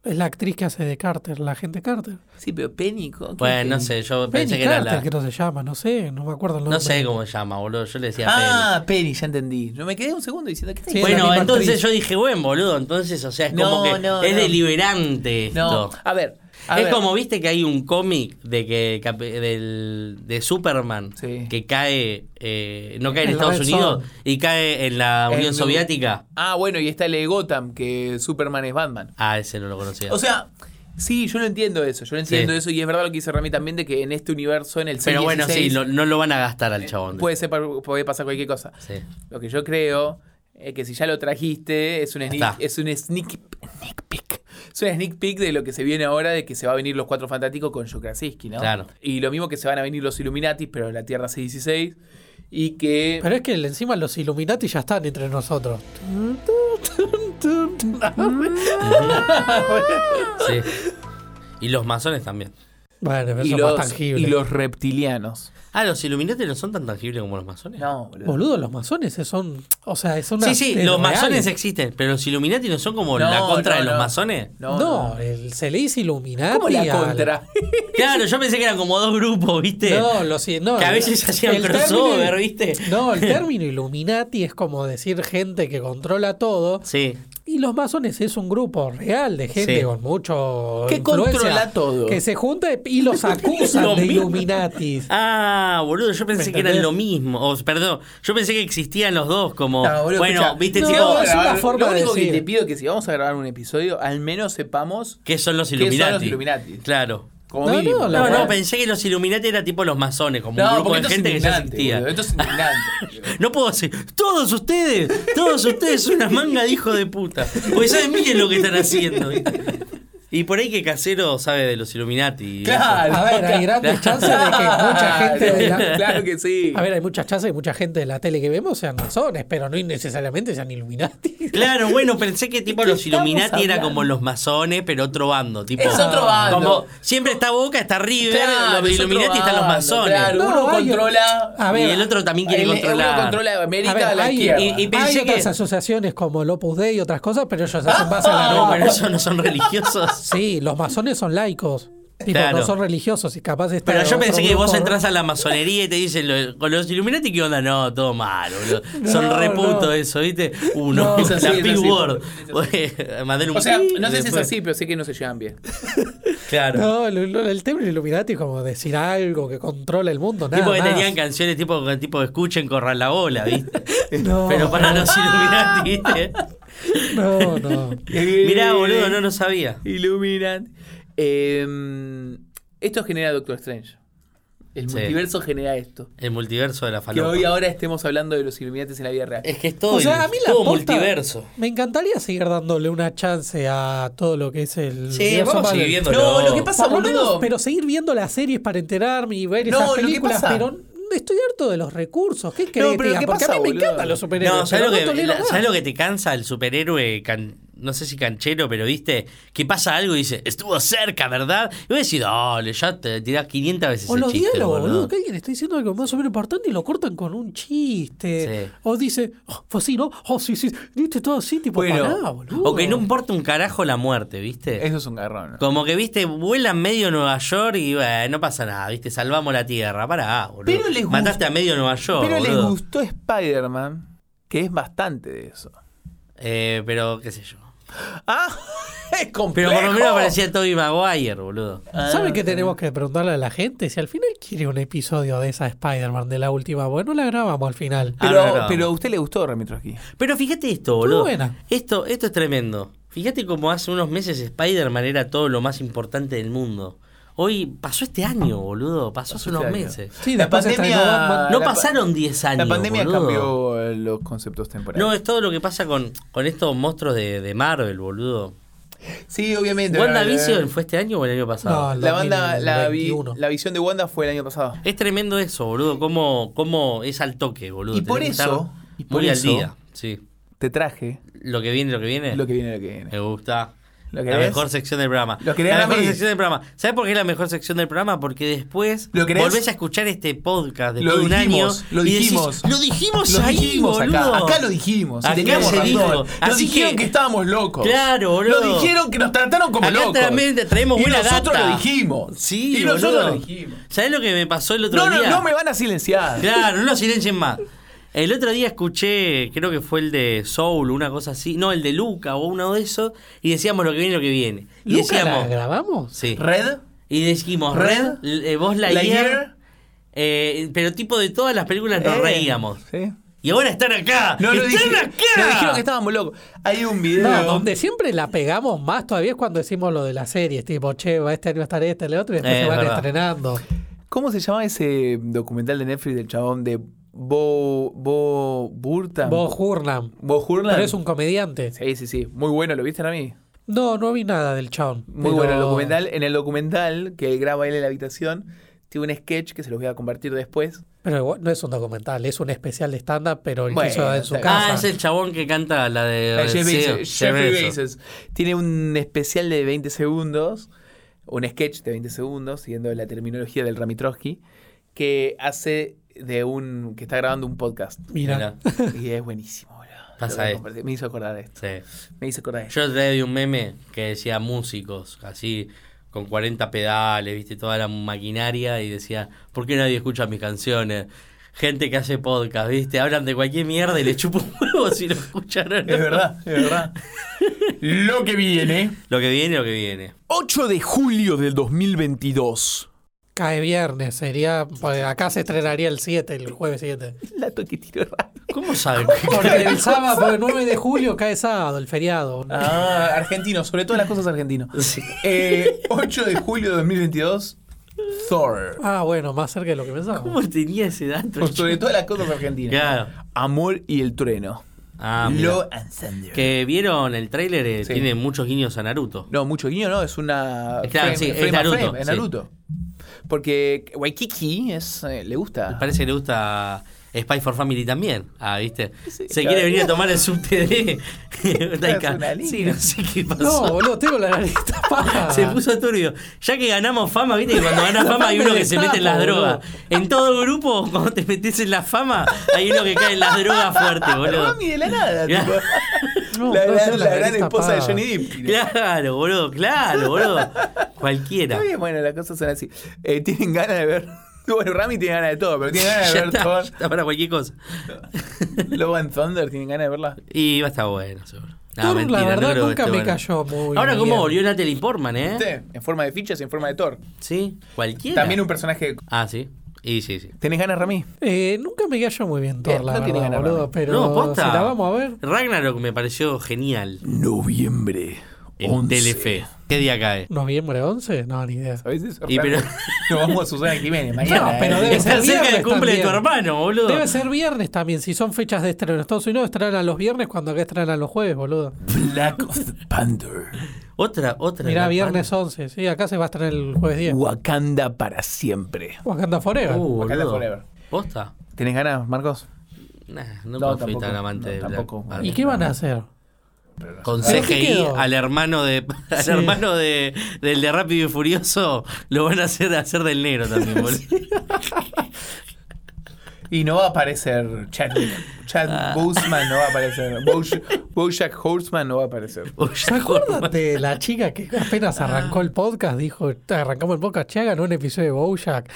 Speaker 2: Es la actriz que hace de Carter, la gente Carter.
Speaker 1: Sí, pero Penny. ¿cómo- quién es
Speaker 3: Bueno, no
Speaker 1: Penny?
Speaker 3: sé, yo pensé
Speaker 2: Penny
Speaker 3: que era
Speaker 2: Carter,
Speaker 3: la.
Speaker 2: que no se llama, no sé, no me acuerdo el nombre.
Speaker 3: No sé cómo se llama, boludo. Yo le decía Penny.
Speaker 1: Ah, Penny, ya entendí. Yo me quedé un segundo diciendo que
Speaker 2: Sí, es la
Speaker 3: Bueno,
Speaker 2: misma
Speaker 3: entonces
Speaker 2: actriz.
Speaker 3: yo dije, bueno, boludo, entonces, o sea, es como
Speaker 1: No,
Speaker 3: que
Speaker 1: no,
Speaker 3: es
Speaker 1: no.
Speaker 3: deliberante esto.
Speaker 1: No, a ver. a
Speaker 3: es
Speaker 1: ver.
Speaker 3: como, viste que hay un cómic de que cap- del, de Superman
Speaker 1: Sí.
Speaker 3: que cae, eh, no cae en
Speaker 2: En la
Speaker 3: Estados
Speaker 2: Red
Speaker 3: Unidos
Speaker 2: Zone.
Speaker 3: y cae en la
Speaker 1: En
Speaker 3: Unión
Speaker 1: el-
Speaker 3: Soviética.
Speaker 1: Eh, Ah, bueno, y está el de Gotham, que Superman es Batman.
Speaker 3: Ah, ese no lo conocía.
Speaker 1: O sea, sí, yo lo entiendo eso. Yo lo entiendo
Speaker 3: Sí.
Speaker 1: eso. Y es verdad lo que dice Rami también de que en este universo, en el
Speaker 3: Pero bueno, sí,
Speaker 1: 616,
Speaker 3: lo- no lo van a gastar al chabón.
Speaker 1: puede, ser, puede pasar cualquier cosa.
Speaker 3: Sí.
Speaker 1: Lo que yo creo es que si ya lo trajiste, es un
Speaker 3: Está.
Speaker 1: sneak, es un sneak, sneak peek. Es un sneak peek de lo que se viene ahora, de que se va a venir los Cuatro Fantásticos con Joe Krasinski, ¿no?
Speaker 3: Claro.
Speaker 1: Y lo mismo que se van a venir los Illuminatis, pero en la Tierra 616. Y que...
Speaker 2: Pero es que encima los Illuminati ya están entre nosotros.
Speaker 3: Sí. Y los masones también.
Speaker 2: Bueno, pero
Speaker 1: y
Speaker 2: eso es
Speaker 1: los,
Speaker 2: más tangible.
Speaker 1: y los reptilianos.
Speaker 3: Ah, los Illuminati no son tan tangibles como los masones.
Speaker 1: No, boludo.
Speaker 2: Boludo, los masones son. O sea, es una.
Speaker 3: Sí, sí,
Speaker 2: es
Speaker 3: los
Speaker 2: real.
Speaker 3: masones existen, pero los Illuminati no son como
Speaker 1: No,
Speaker 3: la contra
Speaker 1: no,
Speaker 3: de los
Speaker 1: no.
Speaker 3: masones.
Speaker 2: No, el- se le dice Illuminati.
Speaker 1: ¿Cómo la
Speaker 2: al-
Speaker 1: contra?
Speaker 3: Claro, yo pensé que eran como dos grupos, ¿viste?
Speaker 2: No, los, no,
Speaker 3: Que a
Speaker 2: el-
Speaker 3: veces hacían
Speaker 2: el
Speaker 3: crossover,
Speaker 2: término-
Speaker 3: ¿viste?
Speaker 2: No, el término Illuminati es como decir gente que controla todo.
Speaker 3: Sí.
Speaker 2: Y los masones es un grupo real de gente
Speaker 3: Sí.
Speaker 2: con mucho.
Speaker 1: Que
Speaker 2: influencia,
Speaker 1: controla todo.
Speaker 2: Que se junta y los acusan
Speaker 3: Lo
Speaker 2: de
Speaker 3: mismo.
Speaker 2: Illuminatis.
Speaker 3: Ah, boludo, yo pensé
Speaker 2: ¿Me
Speaker 3: que eran
Speaker 2: entendés?
Speaker 3: lo mismo. O, perdón, yo pensé que existían los dos como...
Speaker 1: No, boludo,
Speaker 3: Oh. bueno,
Speaker 1: escucha,
Speaker 3: viste,
Speaker 2: no,
Speaker 3: tipo,
Speaker 1: vamos a
Speaker 2: es una
Speaker 1: grabar-
Speaker 2: forma
Speaker 1: Lo
Speaker 2: de
Speaker 1: único que
Speaker 2: decir.
Speaker 1: te pido es que si vamos a grabar un episodio, al menos sepamos
Speaker 3: ¿qué son los
Speaker 1: qué son los
Speaker 3: Illuminati?
Speaker 1: Illuminati.
Speaker 3: Claro.
Speaker 1: como
Speaker 2: No,
Speaker 1: mínimo.
Speaker 2: no, la
Speaker 3: No,
Speaker 2: verdad.
Speaker 3: no, pensé que los Illuminati era tipo los masones, como un
Speaker 1: No,
Speaker 3: grupo
Speaker 1: porque
Speaker 3: de
Speaker 1: esto es
Speaker 3: gente que ya
Speaker 1: indignante,
Speaker 3: existía.
Speaker 1: boludo, Esto es indignante.
Speaker 3: No puedo decir, todos ustedes, todos ustedes son unas mangas de hijo de puta. Porque saben miren lo que están haciendo. ¿viste? Y por ahí que Casero sabe de los Illuminati.
Speaker 1: Claro.
Speaker 2: A ver, hay grandes chances de que mucha gente de la-
Speaker 1: Claro que sí.
Speaker 2: A ver, hay muchas chances y mucha gente de la tele que vemos sean masones, pero no necesariamente sean Illuminati.
Speaker 3: Claro, bueno, pensé que tipo
Speaker 1: ¿De qué
Speaker 3: los Illuminati
Speaker 1: estamos
Speaker 3: era
Speaker 1: hablando?
Speaker 3: como los masones, pero otro bando. Tipo,
Speaker 1: Es otro bando.
Speaker 3: Como siempre está Boca, está River,
Speaker 1: Claro,
Speaker 3: los
Speaker 1: es otro
Speaker 3: Illuminati están los
Speaker 1: bando,
Speaker 3: masones.
Speaker 1: claro. Uno
Speaker 2: hay-
Speaker 1: controla-
Speaker 2: A
Speaker 3: y
Speaker 2: ver,
Speaker 3: el otro también quiere
Speaker 1: El- el-
Speaker 3: controlar.
Speaker 1: Uno controla América
Speaker 2: A ver,
Speaker 1: a la
Speaker 2: hay-
Speaker 1: izquierda.
Speaker 3: y- y-
Speaker 2: hay
Speaker 3: pensé
Speaker 2: otras
Speaker 3: que-
Speaker 2: asociaciones como el Opus Dei y otras cosas, pero ellos hacen base a la
Speaker 3: No,
Speaker 2: norma.
Speaker 3: pero esos no son religiosos.
Speaker 2: Sí, los masones son laicos. Tipo,
Speaker 3: Claro.
Speaker 2: no son religiosos y capaz está
Speaker 3: Pero yo
Speaker 2: otro
Speaker 3: pensé que
Speaker 2: grupo,
Speaker 3: vos
Speaker 2: ¿no?
Speaker 3: entras a la masonería y te dicen, lo- con los Illuminati, ¿qué onda? No, todo mal, boludo.
Speaker 2: No,
Speaker 3: Son reputo
Speaker 2: no.
Speaker 3: eso, ¿viste? Uno,
Speaker 1: No, es así,
Speaker 3: la
Speaker 1: es
Speaker 3: Big
Speaker 1: así.
Speaker 3: Word. Mandar un
Speaker 1: O sea,
Speaker 3: pi
Speaker 1: no sé si es
Speaker 3: después.
Speaker 1: así, pero sé que no se llevan bien.
Speaker 3: Claro.
Speaker 2: No, lo- lo- el término Illuminati es como decir algo que controla el mundo, nada
Speaker 3: tipo que
Speaker 2: más.
Speaker 3: tenían canciones tipo, tipo escuchen, corran la bola, ¿viste?
Speaker 2: No,
Speaker 3: Pero para los Illuminati, ¿viste?
Speaker 2: No, no.
Speaker 3: Mirá, boludo, no lo sabía.
Speaker 1: Illuminati. Eh, esto genera Doctor Strange. El
Speaker 3: Sí.
Speaker 1: multiverso genera esto.
Speaker 3: El multiverso de la
Speaker 1: Que hoy
Speaker 3: falopa.
Speaker 1: ahora estemos hablando de los Illuminates en la vida real.
Speaker 3: Es que es todo,
Speaker 2: O sea, a mí la
Speaker 3: todo
Speaker 2: posta-
Speaker 3: multiverso.
Speaker 2: Me encantaría seguir dándole una chance a todo lo que es el.
Speaker 3: Sí,
Speaker 2: universo
Speaker 3: vamos a seguir
Speaker 2: Marvel.
Speaker 3: viendo.
Speaker 1: No, lo que pasa,
Speaker 2: Por lo
Speaker 1: boludo.
Speaker 2: menos, pero seguir viendo las series para enterarme y ver
Speaker 1: No,
Speaker 2: esas
Speaker 1: lo que
Speaker 2: películas,
Speaker 1: pasa-
Speaker 2: pero estoy harto de los recursos. ¿Qué crees?
Speaker 1: pero lo que
Speaker 2: Porque
Speaker 1: pasa,
Speaker 2: a mí me
Speaker 1: boludo.
Speaker 2: encantan los superhéroes.
Speaker 3: No, ¿sabes
Speaker 2: pero
Speaker 3: lo, que,
Speaker 2: no tolero
Speaker 3: la-
Speaker 2: más.
Speaker 3: ¿sabés lo que te cansa el superhéroe? can- no sé si canchero, pero viste, que pasa algo y dice, estuvo cerca, ¿verdad? Y voy a decir, dale, ya te tirás 500 veces
Speaker 2: O
Speaker 3: el
Speaker 2: los
Speaker 3: chiste,
Speaker 2: diálogos,
Speaker 3: boludo".
Speaker 2: boludo, que alguien está diciendo algo más o menos importante y lo cortan con un chiste.
Speaker 3: Sí.
Speaker 2: O dice, oh, fue así, ¿no? Oh, sí, sí, viste todo así, tipo,
Speaker 1: Bueno,
Speaker 2: pará, boludo.
Speaker 3: O que no importa un carajo la muerte, ¿viste?
Speaker 1: Eso es un garrón.
Speaker 3: Como que, viste, vuela medio Nueva York y bueno, no pasa nada, ¿viste? Salvamos la Tierra, pará, boludo.
Speaker 1: Pero les gusta-
Speaker 3: Mataste a medio Nueva York,
Speaker 1: Pero les
Speaker 3: boludo.
Speaker 1: gustó Spider-Man, que es bastante de eso.
Speaker 3: Eh, pero qué sé yo.
Speaker 1: Ah, es complejo.
Speaker 3: Pero por lo menos aparecía Toby Maguire, boludo.
Speaker 2: ¿Saben qué tenemos que preguntarle a la gente? Si al final quiere un episodio de esa Spider-Man de la última, bueno, la grabamos al final.
Speaker 3: Ah,
Speaker 1: Pero,
Speaker 3: no, no.
Speaker 1: pero a usted le gustó Remitroski.
Speaker 3: Pero fíjate esto, boludo.
Speaker 2: buena.
Speaker 3: Esto, esto es tremendo. Fíjate cómo hace unos meses Spider-Man era todo lo más importante del mundo. Hoy pasó este año, boludo. Pasó
Speaker 1: Pasó
Speaker 3: hace unos
Speaker 1: este año.
Speaker 3: meses.
Speaker 2: Sí,
Speaker 1: La
Speaker 2: después se
Speaker 1: pandemia-
Speaker 2: estrenó Batman.
Speaker 3: No
Speaker 1: la pa-
Speaker 3: pasaron 10 años.
Speaker 1: La pandemia
Speaker 3: boludo.
Speaker 1: cambió eh, los conceptos temporales.
Speaker 3: No, es todo lo que pasa con, con estos monstruos de, de Marvel, boludo.
Speaker 1: sí, obviamente.
Speaker 3: ¿WandaVision
Speaker 1: la,
Speaker 3: fue este año o el año pasado?
Speaker 2: No,
Speaker 1: la banda, la, vi-
Speaker 2: 2021.
Speaker 1: la visión de Wanda fue el año pasado.
Speaker 3: Es tremendo eso, boludo. Cómo, cómo es al toque, boludo.
Speaker 1: Y por
Speaker 3: Tenés que
Speaker 1: eso-
Speaker 3: estar
Speaker 1: y por
Speaker 3: muy
Speaker 1: eso-
Speaker 3: al día. Sí.
Speaker 1: Te traje
Speaker 3: Lo que viene, lo que viene.
Speaker 1: lo que viene, lo que viene.
Speaker 3: Eh. Me gusta.
Speaker 1: ¿Lo
Speaker 3: la
Speaker 1: querés?
Speaker 3: mejor sección del programa.
Speaker 1: ¿Lo querés
Speaker 3: la
Speaker 1: a
Speaker 3: mejor
Speaker 1: mí?
Speaker 3: sección del programa. ¿Sabes por qué es la mejor sección del programa? Porque después
Speaker 1: ¿Lo querés?
Speaker 3: volvés a escuchar este podcast después
Speaker 1: Lo
Speaker 3: de un año.
Speaker 1: dijimos, lo
Speaker 3: y decís,
Speaker 1: dijimos.
Speaker 3: lo dijimos
Speaker 1: Lo
Speaker 3: ahí,
Speaker 1: dijimos acá.
Speaker 3: boludo".
Speaker 1: Acá lo dijimos. y
Speaker 3: Acá
Speaker 1: teníamos
Speaker 3: se
Speaker 1: razón.
Speaker 3: dijo.
Speaker 1: Nos
Speaker 3: Así
Speaker 1: dijeron
Speaker 3: que-
Speaker 1: que... estábamos locos.
Speaker 3: Claro, boludo.
Speaker 1: Nos dijeron que nos trataron como
Speaker 3: Acá
Speaker 1: locos.
Speaker 3: también te traemos
Speaker 1: y
Speaker 3: buena
Speaker 1: nosotros
Speaker 3: data.
Speaker 1: lo dijimos.
Speaker 3: Sí,
Speaker 1: y nosotros
Speaker 3: boludo.
Speaker 1: lo dijimos.
Speaker 3: ¿Sabés lo que me pasó el otro
Speaker 1: No, no,
Speaker 3: día?
Speaker 1: no me van a silenciar.
Speaker 3: Claro, no lo silencien más. El otro día escuché, creo que fue el de Soul, una cosa así. No, el de Luca o uno de esos. Y decíamos lo que viene, lo que viene. Y
Speaker 2: ¿Luca la
Speaker 3: decíamos.
Speaker 2: grabamos?
Speaker 3: Sí.
Speaker 1: Red,
Speaker 3: Y dijimos, Red,
Speaker 1: Red,
Speaker 3: eh, vos la
Speaker 1: Lightyear,
Speaker 3: pero tipo de todas las películas nos
Speaker 1: eh,
Speaker 3: reíamos. Ah.
Speaker 1: Sí.
Speaker 3: Y ahora están acá.
Speaker 1: No, lo
Speaker 3: ¡Están
Speaker 1: dije-
Speaker 3: acá!
Speaker 1: Lo dijeron que estábamos locos. Hay un video.
Speaker 2: No, donde siempre la pegamos más todavía es cuando decimos lo de las series, tipo, che, va este año va a estar este, el otro, y después
Speaker 3: Eh,
Speaker 2: se van
Speaker 3: verdad.
Speaker 2: estrenando.
Speaker 1: ¿Cómo se llama ese documental de Netflix del chabón de Bo. Bo. Burtan?
Speaker 2: Vos, Hurnam.
Speaker 1: Bo Hurlan?
Speaker 2: Pero es un comediante.
Speaker 1: Sí, sí, sí. Muy bueno, ¿lo viste a mí?
Speaker 2: No, no vi nada del chabón.
Speaker 1: Muy
Speaker 2: pero-
Speaker 1: bueno el documental. En el documental que él graba él en la habitación, tiene un sketch que se los voy a compartir después.
Speaker 2: Pero igual no es un documental, es un especial de stand-up, pero el
Speaker 1: Bueno,
Speaker 2: que hizo en su
Speaker 1: está
Speaker 2: casa.
Speaker 3: Ah, es el chabón que canta la de.
Speaker 1: Eh, Jeff
Speaker 3: sí,
Speaker 1: Bezos,
Speaker 3: sí,
Speaker 1: Jeffrey
Speaker 3: eso.
Speaker 1: Bezos. Tiene un especial de 20 segundos, un sketch de 20 segundos, siguiendo la terminología del Ramitrosky, que hace de un. que está grabando un podcast.
Speaker 2: Mira.
Speaker 3: Mirá,
Speaker 1: y es buenísimo, boludo. Lo
Speaker 3: Pasa
Speaker 1: voy a
Speaker 3: esto.
Speaker 1: compartir. Me hizo acordar de esto.
Speaker 3: sí.
Speaker 1: Me hizo acordar de esto.
Speaker 3: Yo otra vez vi un meme que decía músicos, así, con 40 pedales, viste, toda la maquinaria, y decía, ¿por qué nadie escucha mis canciones? Gente que hace podcast, viste, hablan de cualquier mierda y le chupo un huevo si lo escucharon.
Speaker 1: Es verdad, es verdad. Lo que viene.
Speaker 3: Lo que viene, lo que viene.
Speaker 1: 8 de julio del 2022.
Speaker 2: Cae viernes, sería. pues, acá se estrenaría el 7, el jueves 7.
Speaker 1: La toquetiro radio.
Speaker 3: ¿Cómo saben?
Speaker 2: Porque el sábado, porque el 9 de julio cae sábado, el feriado.
Speaker 1: Ah, argentino, sobre todo las cosas argentinas.
Speaker 3: Sí.
Speaker 1: Eh, 8 de julio de 2022, Thor.
Speaker 2: Ah, bueno, más cerca de lo que pensaba.
Speaker 3: ¿Cómo tenía ese dato?
Speaker 1: Sobre todas las cosas argentinas.
Speaker 3: Claro.
Speaker 1: Amor y el trueno.
Speaker 3: Ah, mirá.
Speaker 1: Love and Thunder.
Speaker 3: Que vieron el tráiler, eh,
Speaker 1: Sí.
Speaker 3: tiene muchos guiños a Naruto.
Speaker 1: No, mucho guiño, no, es una.
Speaker 3: Claro, sí, es
Speaker 1: a
Speaker 3: Naruto,
Speaker 1: es
Speaker 3: sí.
Speaker 1: Naruto. Porque Waikiki es, eh, le gusta.
Speaker 3: Parece que le gusta Spy for Family también. Ah, ¿viste?
Speaker 1: Sí,
Speaker 3: Se
Speaker 1: claro.
Speaker 3: quiere venir a tomar el subte de Taika.
Speaker 1: una línea.
Speaker 3: Sí, no sé qué
Speaker 2: No,
Speaker 3: pasó.
Speaker 2: boludo, tengo la nariz tapada.
Speaker 3: Se puso turbio. Ya que ganamos fama, viste que cuando ganas fama hay uno que se mete en las drogas. En todo grupo, cuando te metes en la fama, hay uno que cae en las drogas fuerte, boludo.
Speaker 1: Rami de la nada,
Speaker 3: Mirá.
Speaker 1: tipo.
Speaker 2: No,
Speaker 1: la
Speaker 2: no,
Speaker 1: la-
Speaker 2: yo la
Speaker 1: la gran
Speaker 2: nariz
Speaker 1: esposa de
Speaker 2: tapada.
Speaker 1: Johnny Depp.
Speaker 3: Claro, boludo, claro, boludo. Cualquiera.
Speaker 1: Está bien, bueno, las cosas son así. Eh, tienen ganas de ver. Bueno, Rami tiene ganas de todo, pero tiene ganas de
Speaker 3: Ya
Speaker 1: ver
Speaker 3: está, ya
Speaker 1: Thor.
Speaker 3: está para cualquier cosa.
Speaker 1: Love and Thunder, tienen ganas de verla.
Speaker 3: Y va a estar bueno, seguro. No,
Speaker 2: Thor,
Speaker 3: mentira,
Speaker 2: la
Speaker 3: no
Speaker 2: verdad,
Speaker 3: creo que
Speaker 2: nunca
Speaker 3: esté
Speaker 2: me
Speaker 3: bueno.
Speaker 2: cayó muy
Speaker 3: Ahora, ¿cómo
Speaker 2: bien.
Speaker 3: volvió Natalie Portman, eh?
Speaker 1: ¿Viste? En forma de fichas y en forma de Thor.
Speaker 3: Sí, cualquiera.
Speaker 1: También un personaje.
Speaker 3: Ah, sí. Y sí, sí.
Speaker 1: ¿Tenés ganas, Rami?
Speaker 2: Eh, nunca me cayó muy bien
Speaker 1: Eh,
Speaker 2: Thor,
Speaker 1: no
Speaker 2: la
Speaker 1: tiene
Speaker 2: verdad,
Speaker 1: ganas,
Speaker 2: boludo.
Speaker 1: Rami.
Speaker 2: Pero
Speaker 3: no, posta.
Speaker 2: si la vamos a ver.
Speaker 3: Ragnarok me pareció genial.
Speaker 1: Noviembre.
Speaker 3: En Telefe. ¿Qué día cae?
Speaker 2: ¿Noviembre 11? No, ni idea.
Speaker 1: A veces
Speaker 3: Y pero-
Speaker 1: no vamos a Susana Jiménez mañana.
Speaker 2: No, pero
Speaker 1: eh.
Speaker 2: debe ser
Speaker 3: Está cerca del
Speaker 2: viernes
Speaker 3: cumple de tu
Speaker 2: también.
Speaker 3: hermano, boludo.
Speaker 2: Debe ser viernes también, si son fechas de estreno en Estados Unidos, estrenan los viernes cuando acá estrenan los jueves, boludo.
Speaker 1: Black of the Panther.
Speaker 3: Otra, otra.
Speaker 2: Mirá,
Speaker 3: la
Speaker 2: viernes 11, sí, acá se va a estrenar el jueves 10.
Speaker 1: Wakanda para siempre.
Speaker 2: Wakanda
Speaker 3: pan.
Speaker 2: Forever.
Speaker 3: Uh,
Speaker 1: Wakanda
Speaker 3: boludo.
Speaker 1: Forever.
Speaker 3: ¿Posta?
Speaker 1: ¿Tenés ganas, Marcos?
Speaker 3: Nah, no,
Speaker 1: No,
Speaker 3: fui
Speaker 1: tampoco.
Speaker 3: tan amante
Speaker 1: No,
Speaker 3: de Black
Speaker 1: tampoco.
Speaker 3: Panther.
Speaker 2: ¿Y qué van a hacer?
Speaker 3: Con
Speaker 2: ¿Pero qué
Speaker 3: CGI
Speaker 2: quedó?
Speaker 3: al hermano de al
Speaker 2: Sí.
Speaker 3: hermano de del de Rápido y Furioso lo van a hacer hacer del negro también, boludo.
Speaker 1: Y no va a aparecer Chad, Chad
Speaker 2: Ah.
Speaker 1: Boseman, no va a aparecer. Bojack- Bojack Horseman no va a aparecer.
Speaker 3: O ya
Speaker 2: ¿Se acuerdan de la chica que apenas
Speaker 1: Ah.
Speaker 2: arrancó el podcast? Dijo, arrancamos el podcast, che, hagan un episodio de Bojack.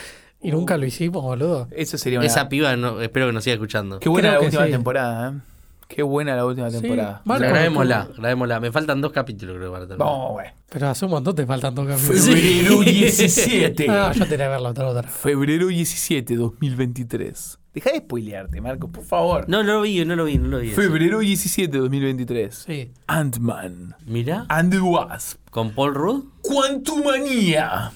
Speaker 3: Uh.
Speaker 2: Y nunca lo hicimos, boludo.
Speaker 1: Eso sería una.
Speaker 3: Esa piba no, espero que nos siga escuchando.
Speaker 1: Qué buena
Speaker 2: Creo
Speaker 1: la
Speaker 2: que
Speaker 1: última
Speaker 2: sí.
Speaker 1: temporada, ¿eh? Qué buena la última
Speaker 2: Sí.
Speaker 1: temporada.
Speaker 2: Mal
Speaker 3: La
Speaker 2: por-
Speaker 3: grabémosla, grabémosla. Me faltan dos capítulos creo para terminar.
Speaker 1: Vamos, güey.
Speaker 2: Pero hace un montón te faltan dos capítulos.
Speaker 1: Febrero 17.
Speaker 2: Ah, yo tenía que verla otra, otra.
Speaker 1: Febrero 17, 2023. Deja de spoilearte, Marco, por favor.
Speaker 3: No, no lo vi, no lo vi, no lo vi.
Speaker 1: Febrero 17, 2023.
Speaker 2: Sí.
Speaker 1: Ant-Man.
Speaker 3: Mirá,
Speaker 1: And the Wasp.
Speaker 3: con Paul Rudd,
Speaker 1: Quantumania.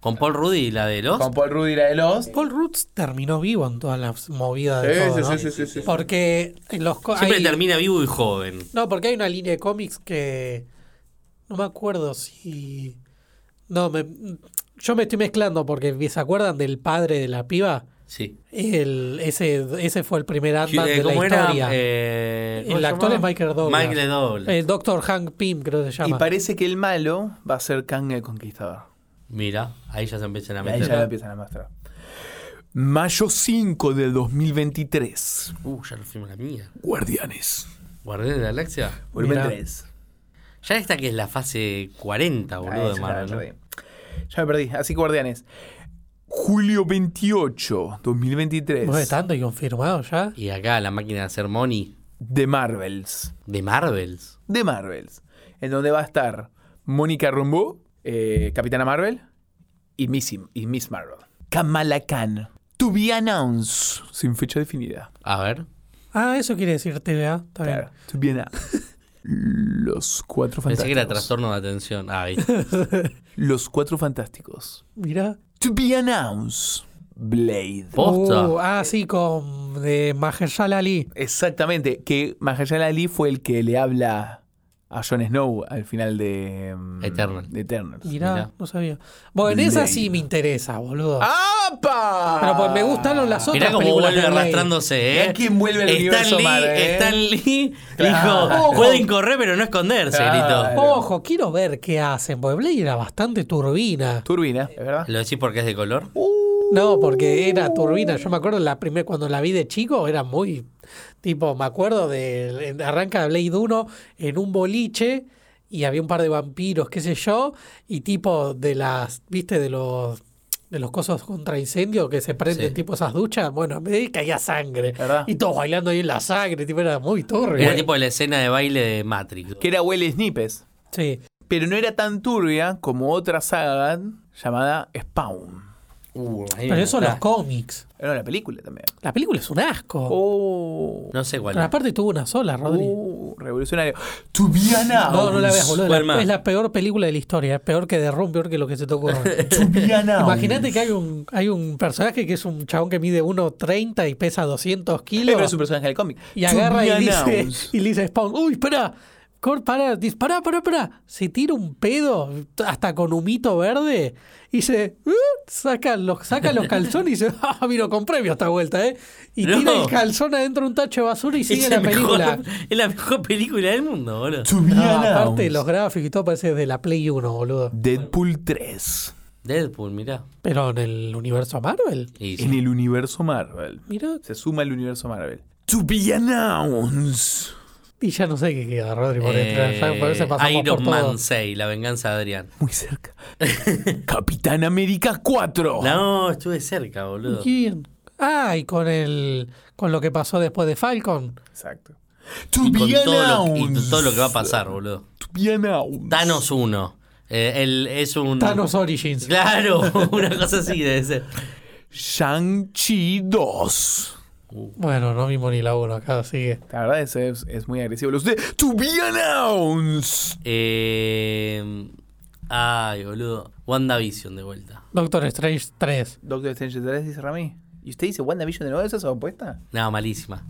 Speaker 3: con Paul Rudd y la de los.
Speaker 1: Con Paul Rudd y la de Lost.
Speaker 2: Paul Roots terminó vivo en todas las movidas de
Speaker 1: Sí,
Speaker 2: todo,
Speaker 1: sí,
Speaker 2: ¿no?
Speaker 1: sí, sí, sí, sí.
Speaker 2: Porque en los co-
Speaker 3: Siempre
Speaker 2: hay-
Speaker 3: termina vivo y joven.
Speaker 2: No, porque hay una línea de cómics que no me acuerdo si no me yo me estoy mezclando porque se acuerdan del padre de la piba
Speaker 3: Sí.
Speaker 2: el ese ese fue el primer Ant-Man
Speaker 3: Eh,
Speaker 2: de la
Speaker 3: ¿Cómo era?
Speaker 2: historia.
Speaker 3: Eh, ¿cómo
Speaker 2: el
Speaker 3: se
Speaker 2: actor
Speaker 3: llamaba?
Speaker 2: es Michael Douglas. Eh.
Speaker 3: Michael Douglas.
Speaker 2: El Dr. Hank Pym creo que se
Speaker 1: Y
Speaker 2: llama.
Speaker 1: parece que el malo va a ser Kang el Conquistador.
Speaker 3: Mira, ahí ya se empiezan a
Speaker 1: Ahí
Speaker 3: meter.
Speaker 1: ya la empiezan a mostrar. Mayo 5 del 2023.
Speaker 3: Uh, ya lo fuimos a la mía.
Speaker 1: Guardianes.
Speaker 3: Guardián de la Galaxia.
Speaker 1: Volumen
Speaker 2: Mirá.
Speaker 1: 3.
Speaker 3: Ya esta que es la fase
Speaker 1: Ah,
Speaker 3: 40, boludo, de Marvel. ¿no?
Speaker 1: Ya me perdí. Así que Guardianes. Julio 28, 2023.
Speaker 2: Bueno, tanto y confirmado ya.
Speaker 3: Y acá la máquina de hacer money
Speaker 1: De Marvels.
Speaker 3: de Marvels.
Speaker 1: De Marvels. En donde va a estar Mónica Rambeau, eh, Capitana Marvel, y Miss, y Miss Marvel. Kamala Khan. To be announced. Sin fecha definida.
Speaker 3: A ver.
Speaker 2: Ah, eso quiere decir TVA. Está bien.
Speaker 1: Claro. To be announced. Los cuatro fantásticos.
Speaker 3: Pensé que era trastorno de atención. Ah, ahí.
Speaker 1: Los cuatro fantásticos.
Speaker 2: Mirá.
Speaker 1: To be announced. Blade.
Speaker 3: Posta.
Speaker 2: Uh, ah, sí, con de Mahershala Ali.
Speaker 1: Exactamente, que Mahershala Ali fue el que le habla a Jon Snow al final de mm,
Speaker 3: Eternal.
Speaker 1: de Eternal.
Speaker 2: Mirá,
Speaker 3: Mirá.
Speaker 2: no sabía. Bueno, en esa sí me interesa, boludo.
Speaker 1: Ah, ¡Apa!
Speaker 2: Pero pues me gustaron las otras
Speaker 3: Mirá cómo
Speaker 2: películas
Speaker 3: vuelve
Speaker 2: de Blade.
Speaker 3: arrastrándose, ¿eh?
Speaker 1: Mirá quién vuelve al universo
Speaker 3: Stan Lee,
Speaker 1: Marvel, ¿eh?
Speaker 3: Stan Lee
Speaker 1: Claro.
Speaker 3: dijo, pueden correr pero no esconderse,
Speaker 1: Claro.
Speaker 3: grito.
Speaker 2: Ojo, quiero ver qué hacen, porque Blade era bastante turbina.
Speaker 1: Turbina, ¿es verdad?
Speaker 3: ¿Lo decís porque es de color?
Speaker 2: No, porque era turbina. Yo me acuerdo la primera cuando la vi de chico, era muy tipo, me acuerdo de en- arranca Blade 1 en un boliche y había un par de vampiros, qué sé yo, y tipo de las, viste, de los de los cosos contra incendio que se prenden
Speaker 3: Sí.
Speaker 2: tipo esas duchas, bueno, me di- caía sangre.
Speaker 1: ¿Verdad?
Speaker 2: Y todos bailando ahí en la sangre, tipo, era muy turbio.
Speaker 3: Era tipo la escena de baile de Matrix.
Speaker 1: Que era Will Snipes,
Speaker 2: Sí.
Speaker 1: pero no era tan turbia como otra saga llamada Spawn. Uh,
Speaker 2: Pero eso los cómics.
Speaker 1: Era una película también.
Speaker 2: La película es un asco.
Speaker 1: Oh,
Speaker 3: No sé cuál.
Speaker 2: Pero aparte tuvo una sola, Rodri.
Speaker 3: Uh,
Speaker 1: oh, revolucionario. To be announced.
Speaker 2: No, no la veas, boludo.
Speaker 3: ¿Cuál
Speaker 2: La-
Speaker 3: más?
Speaker 2: es la peor película de la historia. Es peor que Derrum, peor que lo que se tocó.
Speaker 1: To be announced.
Speaker 2: Imagínate que hay un, hay un personaje que es un chabón que mide 1,30 y pesa 200
Speaker 1: Eh, Pero es
Speaker 2: kilos.
Speaker 1: un personaje del cómic.
Speaker 2: Y
Speaker 1: To
Speaker 2: agarra
Speaker 1: be
Speaker 2: y dice,
Speaker 1: announced.
Speaker 2: y le dice a Spawn, uy, espera, cor, para, dispara, para, para. Se tira un pedo hasta con humito verde y se "Uh", saca los, saca los calzones y dice, ah, vino con premio esta vuelta, ¿eh? Y
Speaker 3: No.
Speaker 2: tira el calzón adentro de un tacho de basura y
Speaker 3: Es
Speaker 2: sigue la
Speaker 3: mejor-
Speaker 2: película.
Speaker 3: es la mejor película del mundo, boludo.
Speaker 1: To be
Speaker 2: No, aparte,
Speaker 1: announced.
Speaker 2: los gráficos y todo parece de la Play 1, boludo.
Speaker 1: Deadpool 3.
Speaker 3: Deadpool, mirá.
Speaker 2: Pero en el universo Marvel,
Speaker 3: Y sí.
Speaker 1: En el universo Marvel.
Speaker 2: mira,
Speaker 1: Se suma el universo Marvel. To be announced.
Speaker 2: y ya no sé qué queda, Rodri, por detrás.
Speaker 3: Eh,
Speaker 2: Ya por ese pasamos por
Speaker 3: Iron Man
Speaker 2: todo.
Speaker 3: 6, la venganza de Adrián.
Speaker 1: Muy cerca. Capitán América 4.
Speaker 3: No, estuve cerca, boludo.
Speaker 2: ¿Quién? Ah, y con el con lo que pasó después de Falcon.
Speaker 1: Exacto. To
Speaker 3: Y
Speaker 1: be
Speaker 3: con todo lo,
Speaker 1: announced.
Speaker 3: y todo lo que va a pasar, boludo.
Speaker 1: To be announced.
Speaker 3: Thanos 1. Eh, él es un.
Speaker 2: Thanos Origins.
Speaker 3: Claro, una cosa así debe ser.
Speaker 1: Shang-Chi 2.
Speaker 2: Bueno, no vimos ni la 1 acá, sigue.
Speaker 1: La verdad es, es, es muy agresivo. Lo sé. To be announced.
Speaker 3: Eh, ay, boludo. WandaVision de vuelta.
Speaker 2: Doctor Strange 3.
Speaker 1: Doctor Strange 3 dice Rami. ¿Y usted dice WandaVision de nuevo? ¿Esa es su apuesta?
Speaker 3: No, malísima.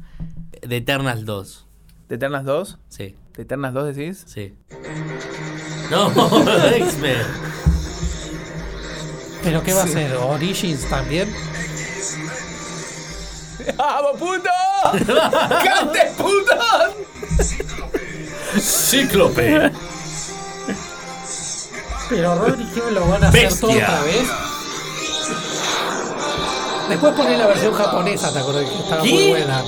Speaker 3: The Eternals 2.
Speaker 1: ¿De Eternas 2?
Speaker 3: Sí,
Speaker 1: ¿De Eternas 2 decís?
Speaker 3: sí. No, X-Men.
Speaker 2: ¿Pero qué va a ser? ¿Origins también?
Speaker 1: ¡Vamos, puto! ¡Cante, puto!
Speaker 3: Cíclope.
Speaker 2: Pero Rodri, ¿qué lo van a hacer todo
Speaker 3: Bestia.
Speaker 2: otra vez? Después poné la versión japonesa, te acordás que estaba muy
Speaker 3: ¿Qué?
Speaker 2: buena.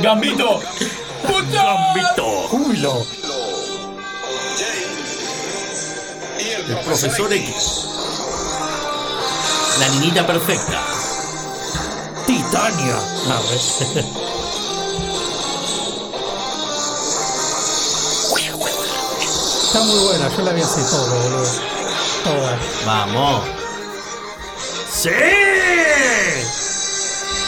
Speaker 1: ¡Gambito! ¡Puto!
Speaker 3: Gambito.
Speaker 2: ¡Culo!
Speaker 3: El profesor X. La niñita perfecta.
Speaker 2: ¡Titania! Está muy buena, yo la vi hace poco, boludo. Toda.
Speaker 3: Vamos. ¡Sí!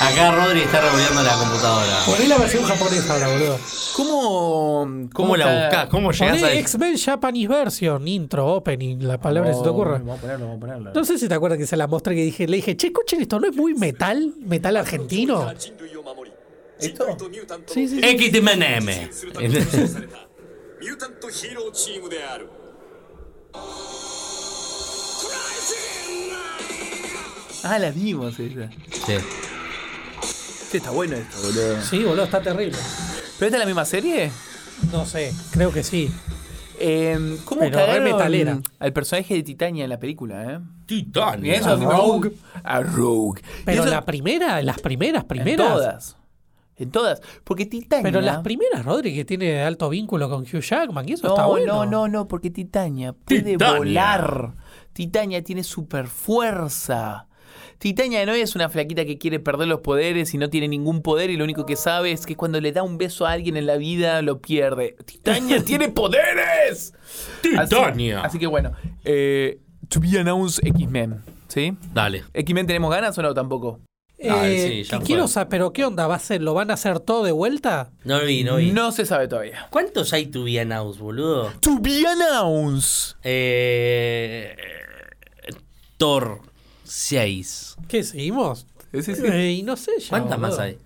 Speaker 3: Acá Rodri está revolviendo la computadora.
Speaker 2: Poné la versión japonesa ahora, boludo.
Speaker 1: ¿Cómo,
Speaker 3: ¿Cómo la
Speaker 1: está-
Speaker 3: buscás? ¿Cómo llegás
Speaker 2: Poné
Speaker 3: a
Speaker 2: X-Men Japanese Version, intro, opening, la palabra que se te ocurra.
Speaker 1: Vamos a ponerlo, vamos a ponerlo.
Speaker 2: No sé si te acuerdas que se la mostré que dije, le dije, che, escuchen esto, ¿no es muy metal? ¿Metal argentino?
Speaker 1: ¿Esto?
Speaker 2: Sí, sí, sí.
Speaker 3: X-Men-M.
Speaker 1: Ah, la vimos esa.
Speaker 3: Sí.
Speaker 1: Este está bueno esto, boludo.
Speaker 2: Sí, boludo, está terrible.
Speaker 1: ¿Pero esta es la misma serie?
Speaker 2: No sé, creo que sí.
Speaker 1: Eh, ¿Cómo
Speaker 2: Pero re
Speaker 1: cagaron
Speaker 2: metalera.
Speaker 1: al personaje de Titania en la película, eh?
Speaker 3: Titán.
Speaker 1: Y eso
Speaker 2: A
Speaker 1: es
Speaker 2: Rogue.
Speaker 1: A Rogue. Y
Speaker 2: Pero
Speaker 1: eso-
Speaker 2: la primera, las primeras,
Speaker 1: en
Speaker 2: primeras.
Speaker 1: todas. En todas. Porque Titania.
Speaker 2: Pero las primeras, Rodri, que tiene alto vínculo con Hugh Jackman, y eso
Speaker 1: No,
Speaker 2: está bueno.
Speaker 1: no, no, no, porque Titania puede
Speaker 3: Titania.
Speaker 1: volar. Titania tiene super fuerza. Titania no es una flaquita que quiere perder los poderes y no tiene ningún poder y lo único que sabe es que cuando le da un beso a alguien en la vida lo pierde. Titania tiene poderes. Así-
Speaker 3: Titania.
Speaker 1: Así, que bueno, eh, to be announced X-Men, ¿sí?
Speaker 3: Dale.
Speaker 1: ¿X-Men tenemos ganas o no tampoco?
Speaker 2: Eh,
Speaker 3: Ah, sí, ya
Speaker 2: que
Speaker 3: fue.
Speaker 2: quiero saber, pero ¿qué onda? ¿Va a ser, ¿Lo van a hacer todo de vuelta?
Speaker 3: No vi, no vi.
Speaker 1: No se sabe todavía.
Speaker 3: ¿Cuántos hay tu House, boludo?
Speaker 1: To be announced.
Speaker 3: Eh, Thor 6.
Speaker 2: ¿Qué seguimos?
Speaker 1: Sí, sí.
Speaker 2: Eh, y no sé ya.
Speaker 3: ¿Cuántas más
Speaker 2: boludo.
Speaker 3: hay?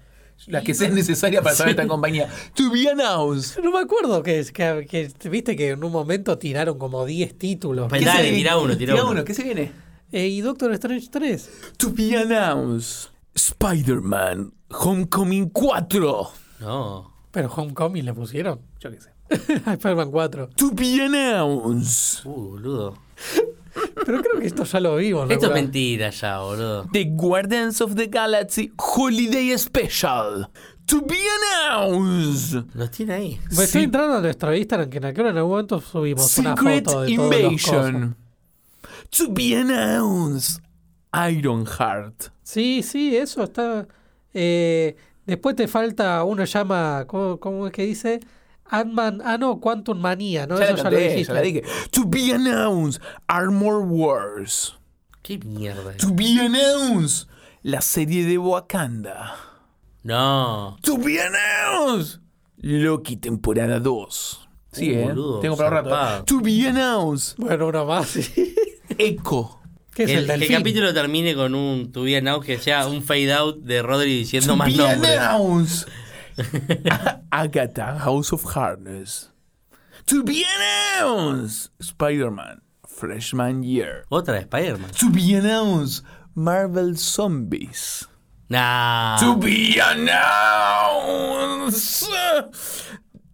Speaker 1: La que sea necesaria para saber esta compañía. To be announced.
Speaker 2: No me acuerdo que, es- que, que- viste que en un momento tiraron como 10 títulos.
Speaker 3: Pues-
Speaker 1: ¿Qué
Speaker 3: Dale,
Speaker 1: se viene?
Speaker 3: tirá uno, tirá uno.
Speaker 1: ¿Qué se viene?
Speaker 2: Eh, y Doctor Strange 3.
Speaker 1: To be announced. Spider-Man Homecoming 4.
Speaker 3: No.
Speaker 2: Pero Homecoming le pusieron.
Speaker 1: Yo qué sé.
Speaker 2: A Spider-Man 4.
Speaker 1: To be announced.
Speaker 3: Uh, boludo.
Speaker 2: Pero creo que esto ya lo vimos. ¿no?
Speaker 3: Esto es mentira ya, boludo.
Speaker 1: The Guardians of the Galaxy Holiday Special. To be announced.
Speaker 3: Los tiene ahí.
Speaker 2: Me estoy entrando a nuestro Instagram, que en aquel en algún momento subimos una
Speaker 1: Secret
Speaker 2: foto de todos los cosas.
Speaker 1: Invasion. To be announced. Ironheart.
Speaker 2: Sí, sí, eso está. eh, después te falta uno llama, ¿cómo, cómo es que dice? Ant-Man, ah no, Quantum Manía, ¿no?
Speaker 1: la
Speaker 2: eso ya lo
Speaker 1: canté,
Speaker 2: dijiste.
Speaker 1: ya la dije. To be announced. Armor Wars.
Speaker 3: ¿Qué mierda? es?
Speaker 1: To be announced. La serie de Wakanda.
Speaker 3: No.
Speaker 1: To be announced. Loki temporada 2. Sí,
Speaker 3: Uh,
Speaker 1: eh.
Speaker 3: boludo,
Speaker 1: Tengo para
Speaker 3: zarpado.
Speaker 1: rato. To be announced.
Speaker 2: Bueno, uno más.
Speaker 1: Echo.
Speaker 2: ¿Qué es el,
Speaker 3: el, que el
Speaker 2: delfín?
Speaker 3: capítulo termine con un To Be Announced que sea un fade out de Rodri diciendo
Speaker 1: to
Speaker 3: más
Speaker 1: be
Speaker 3: nombres.
Speaker 1: announced. A- Agatha House of Harness. To be announced. Spider-Man Freshman Year.
Speaker 3: Otra de Spider-Man.
Speaker 1: To be announced. Marvel Zombies.
Speaker 3: Nah.
Speaker 1: To be announced.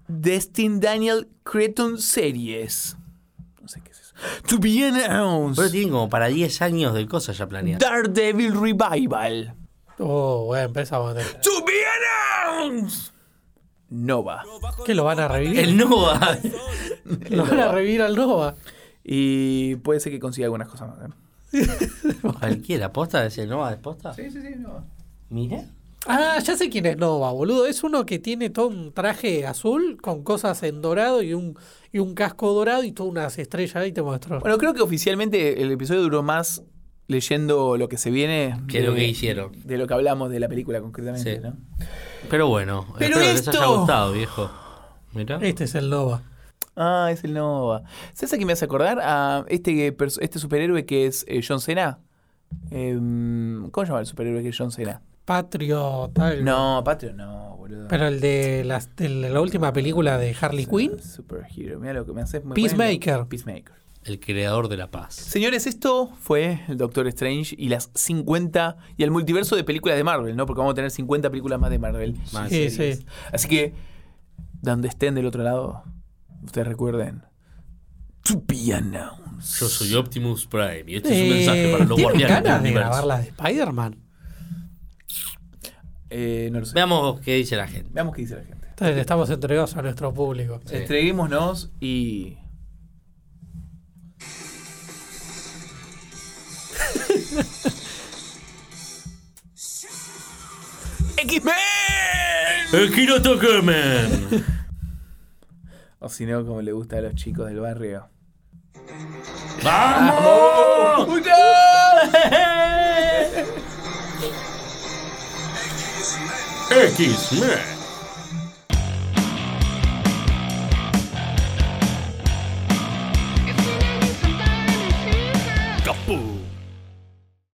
Speaker 1: Destin Daniel Creton Series. No sé qué es eso. To be
Speaker 3: Pero
Speaker 1: announced.
Speaker 3: tienen como para 10 años de cosas ya planeadas.
Speaker 1: Daredevil Revival.
Speaker 2: Oh, bueno, empezamos. de-
Speaker 1: To be announced. Nova.
Speaker 2: ¿Qué lo van a revivir?
Speaker 3: El Nova.
Speaker 2: Lo van a revivir al Nova.
Speaker 1: Y puede ser que consiga algunas cosas más. ¿eh?
Speaker 3: Cualquiera, posta es el Nova de posta.
Speaker 1: Sí, sí, sí. Nova.
Speaker 3: Mira.
Speaker 2: Ah, ya sé quién es Nova, boludo. Es uno que tiene todo un traje azul con cosas en dorado y un, y un casco dorado y todas unas estrellas. Ahí te muestro.
Speaker 1: Bueno, creo que oficialmente el episodio duró más leyendo lo que se viene
Speaker 3: Que lo que hicieron.
Speaker 1: de lo que hablamos de la película concretamente,
Speaker 3: Sí.
Speaker 1: ¿no?
Speaker 3: Pero bueno,
Speaker 1: Pero
Speaker 3: espero que les haya
Speaker 1: esto-
Speaker 3: gustado, viejo. Mira.
Speaker 2: este es el Nova.
Speaker 1: Ah, es el Nova. ¿Sabes a qué me hace acordar? A este, perso- este superhéroe que es eh, John Cena. Em, ¿Cómo se llama el superhéroe que es John Cena?
Speaker 2: Patriota. algo.
Speaker 1: No, Patreon no, boludo.
Speaker 2: Pero el de, las- de la última película de Harley Quinn.
Speaker 1: Superhero. Mira lo que me haces. me
Speaker 2: Peacemaker.
Speaker 1: pones- Peacemaker.
Speaker 3: El creador de la paz.
Speaker 1: Señores, esto fue el Doctor Strange y las 50 y el multiverso de películas de Marvel, ¿no? Porque vamos a tener 50 películas más de Marvel.
Speaker 3: Más
Speaker 2: Sí,
Speaker 3: series.
Speaker 2: sí.
Speaker 1: Así que, donde estén del otro lado, ustedes recuerden. To be announced.
Speaker 3: Yo soy Optimus Prime y este es
Speaker 2: Eh,
Speaker 3: un mensaje para los
Speaker 2: ¿Tienen
Speaker 3: guardianes del
Speaker 2: ganas de grabar
Speaker 3: universo.
Speaker 2: la de Spider-Man?
Speaker 1: Eh, no lo sé.
Speaker 3: Veamos qué dice la gente.
Speaker 1: Veamos qué dice la gente.
Speaker 2: Entonces, estamos entregados a nuestro público.
Speaker 1: Entreguémonos y. ¡X-Men!
Speaker 3: ¡El Kino Tokemen!
Speaker 1: O si no, como le gusta a los chicos del barrio.
Speaker 6: ¡Vamos! X-Men.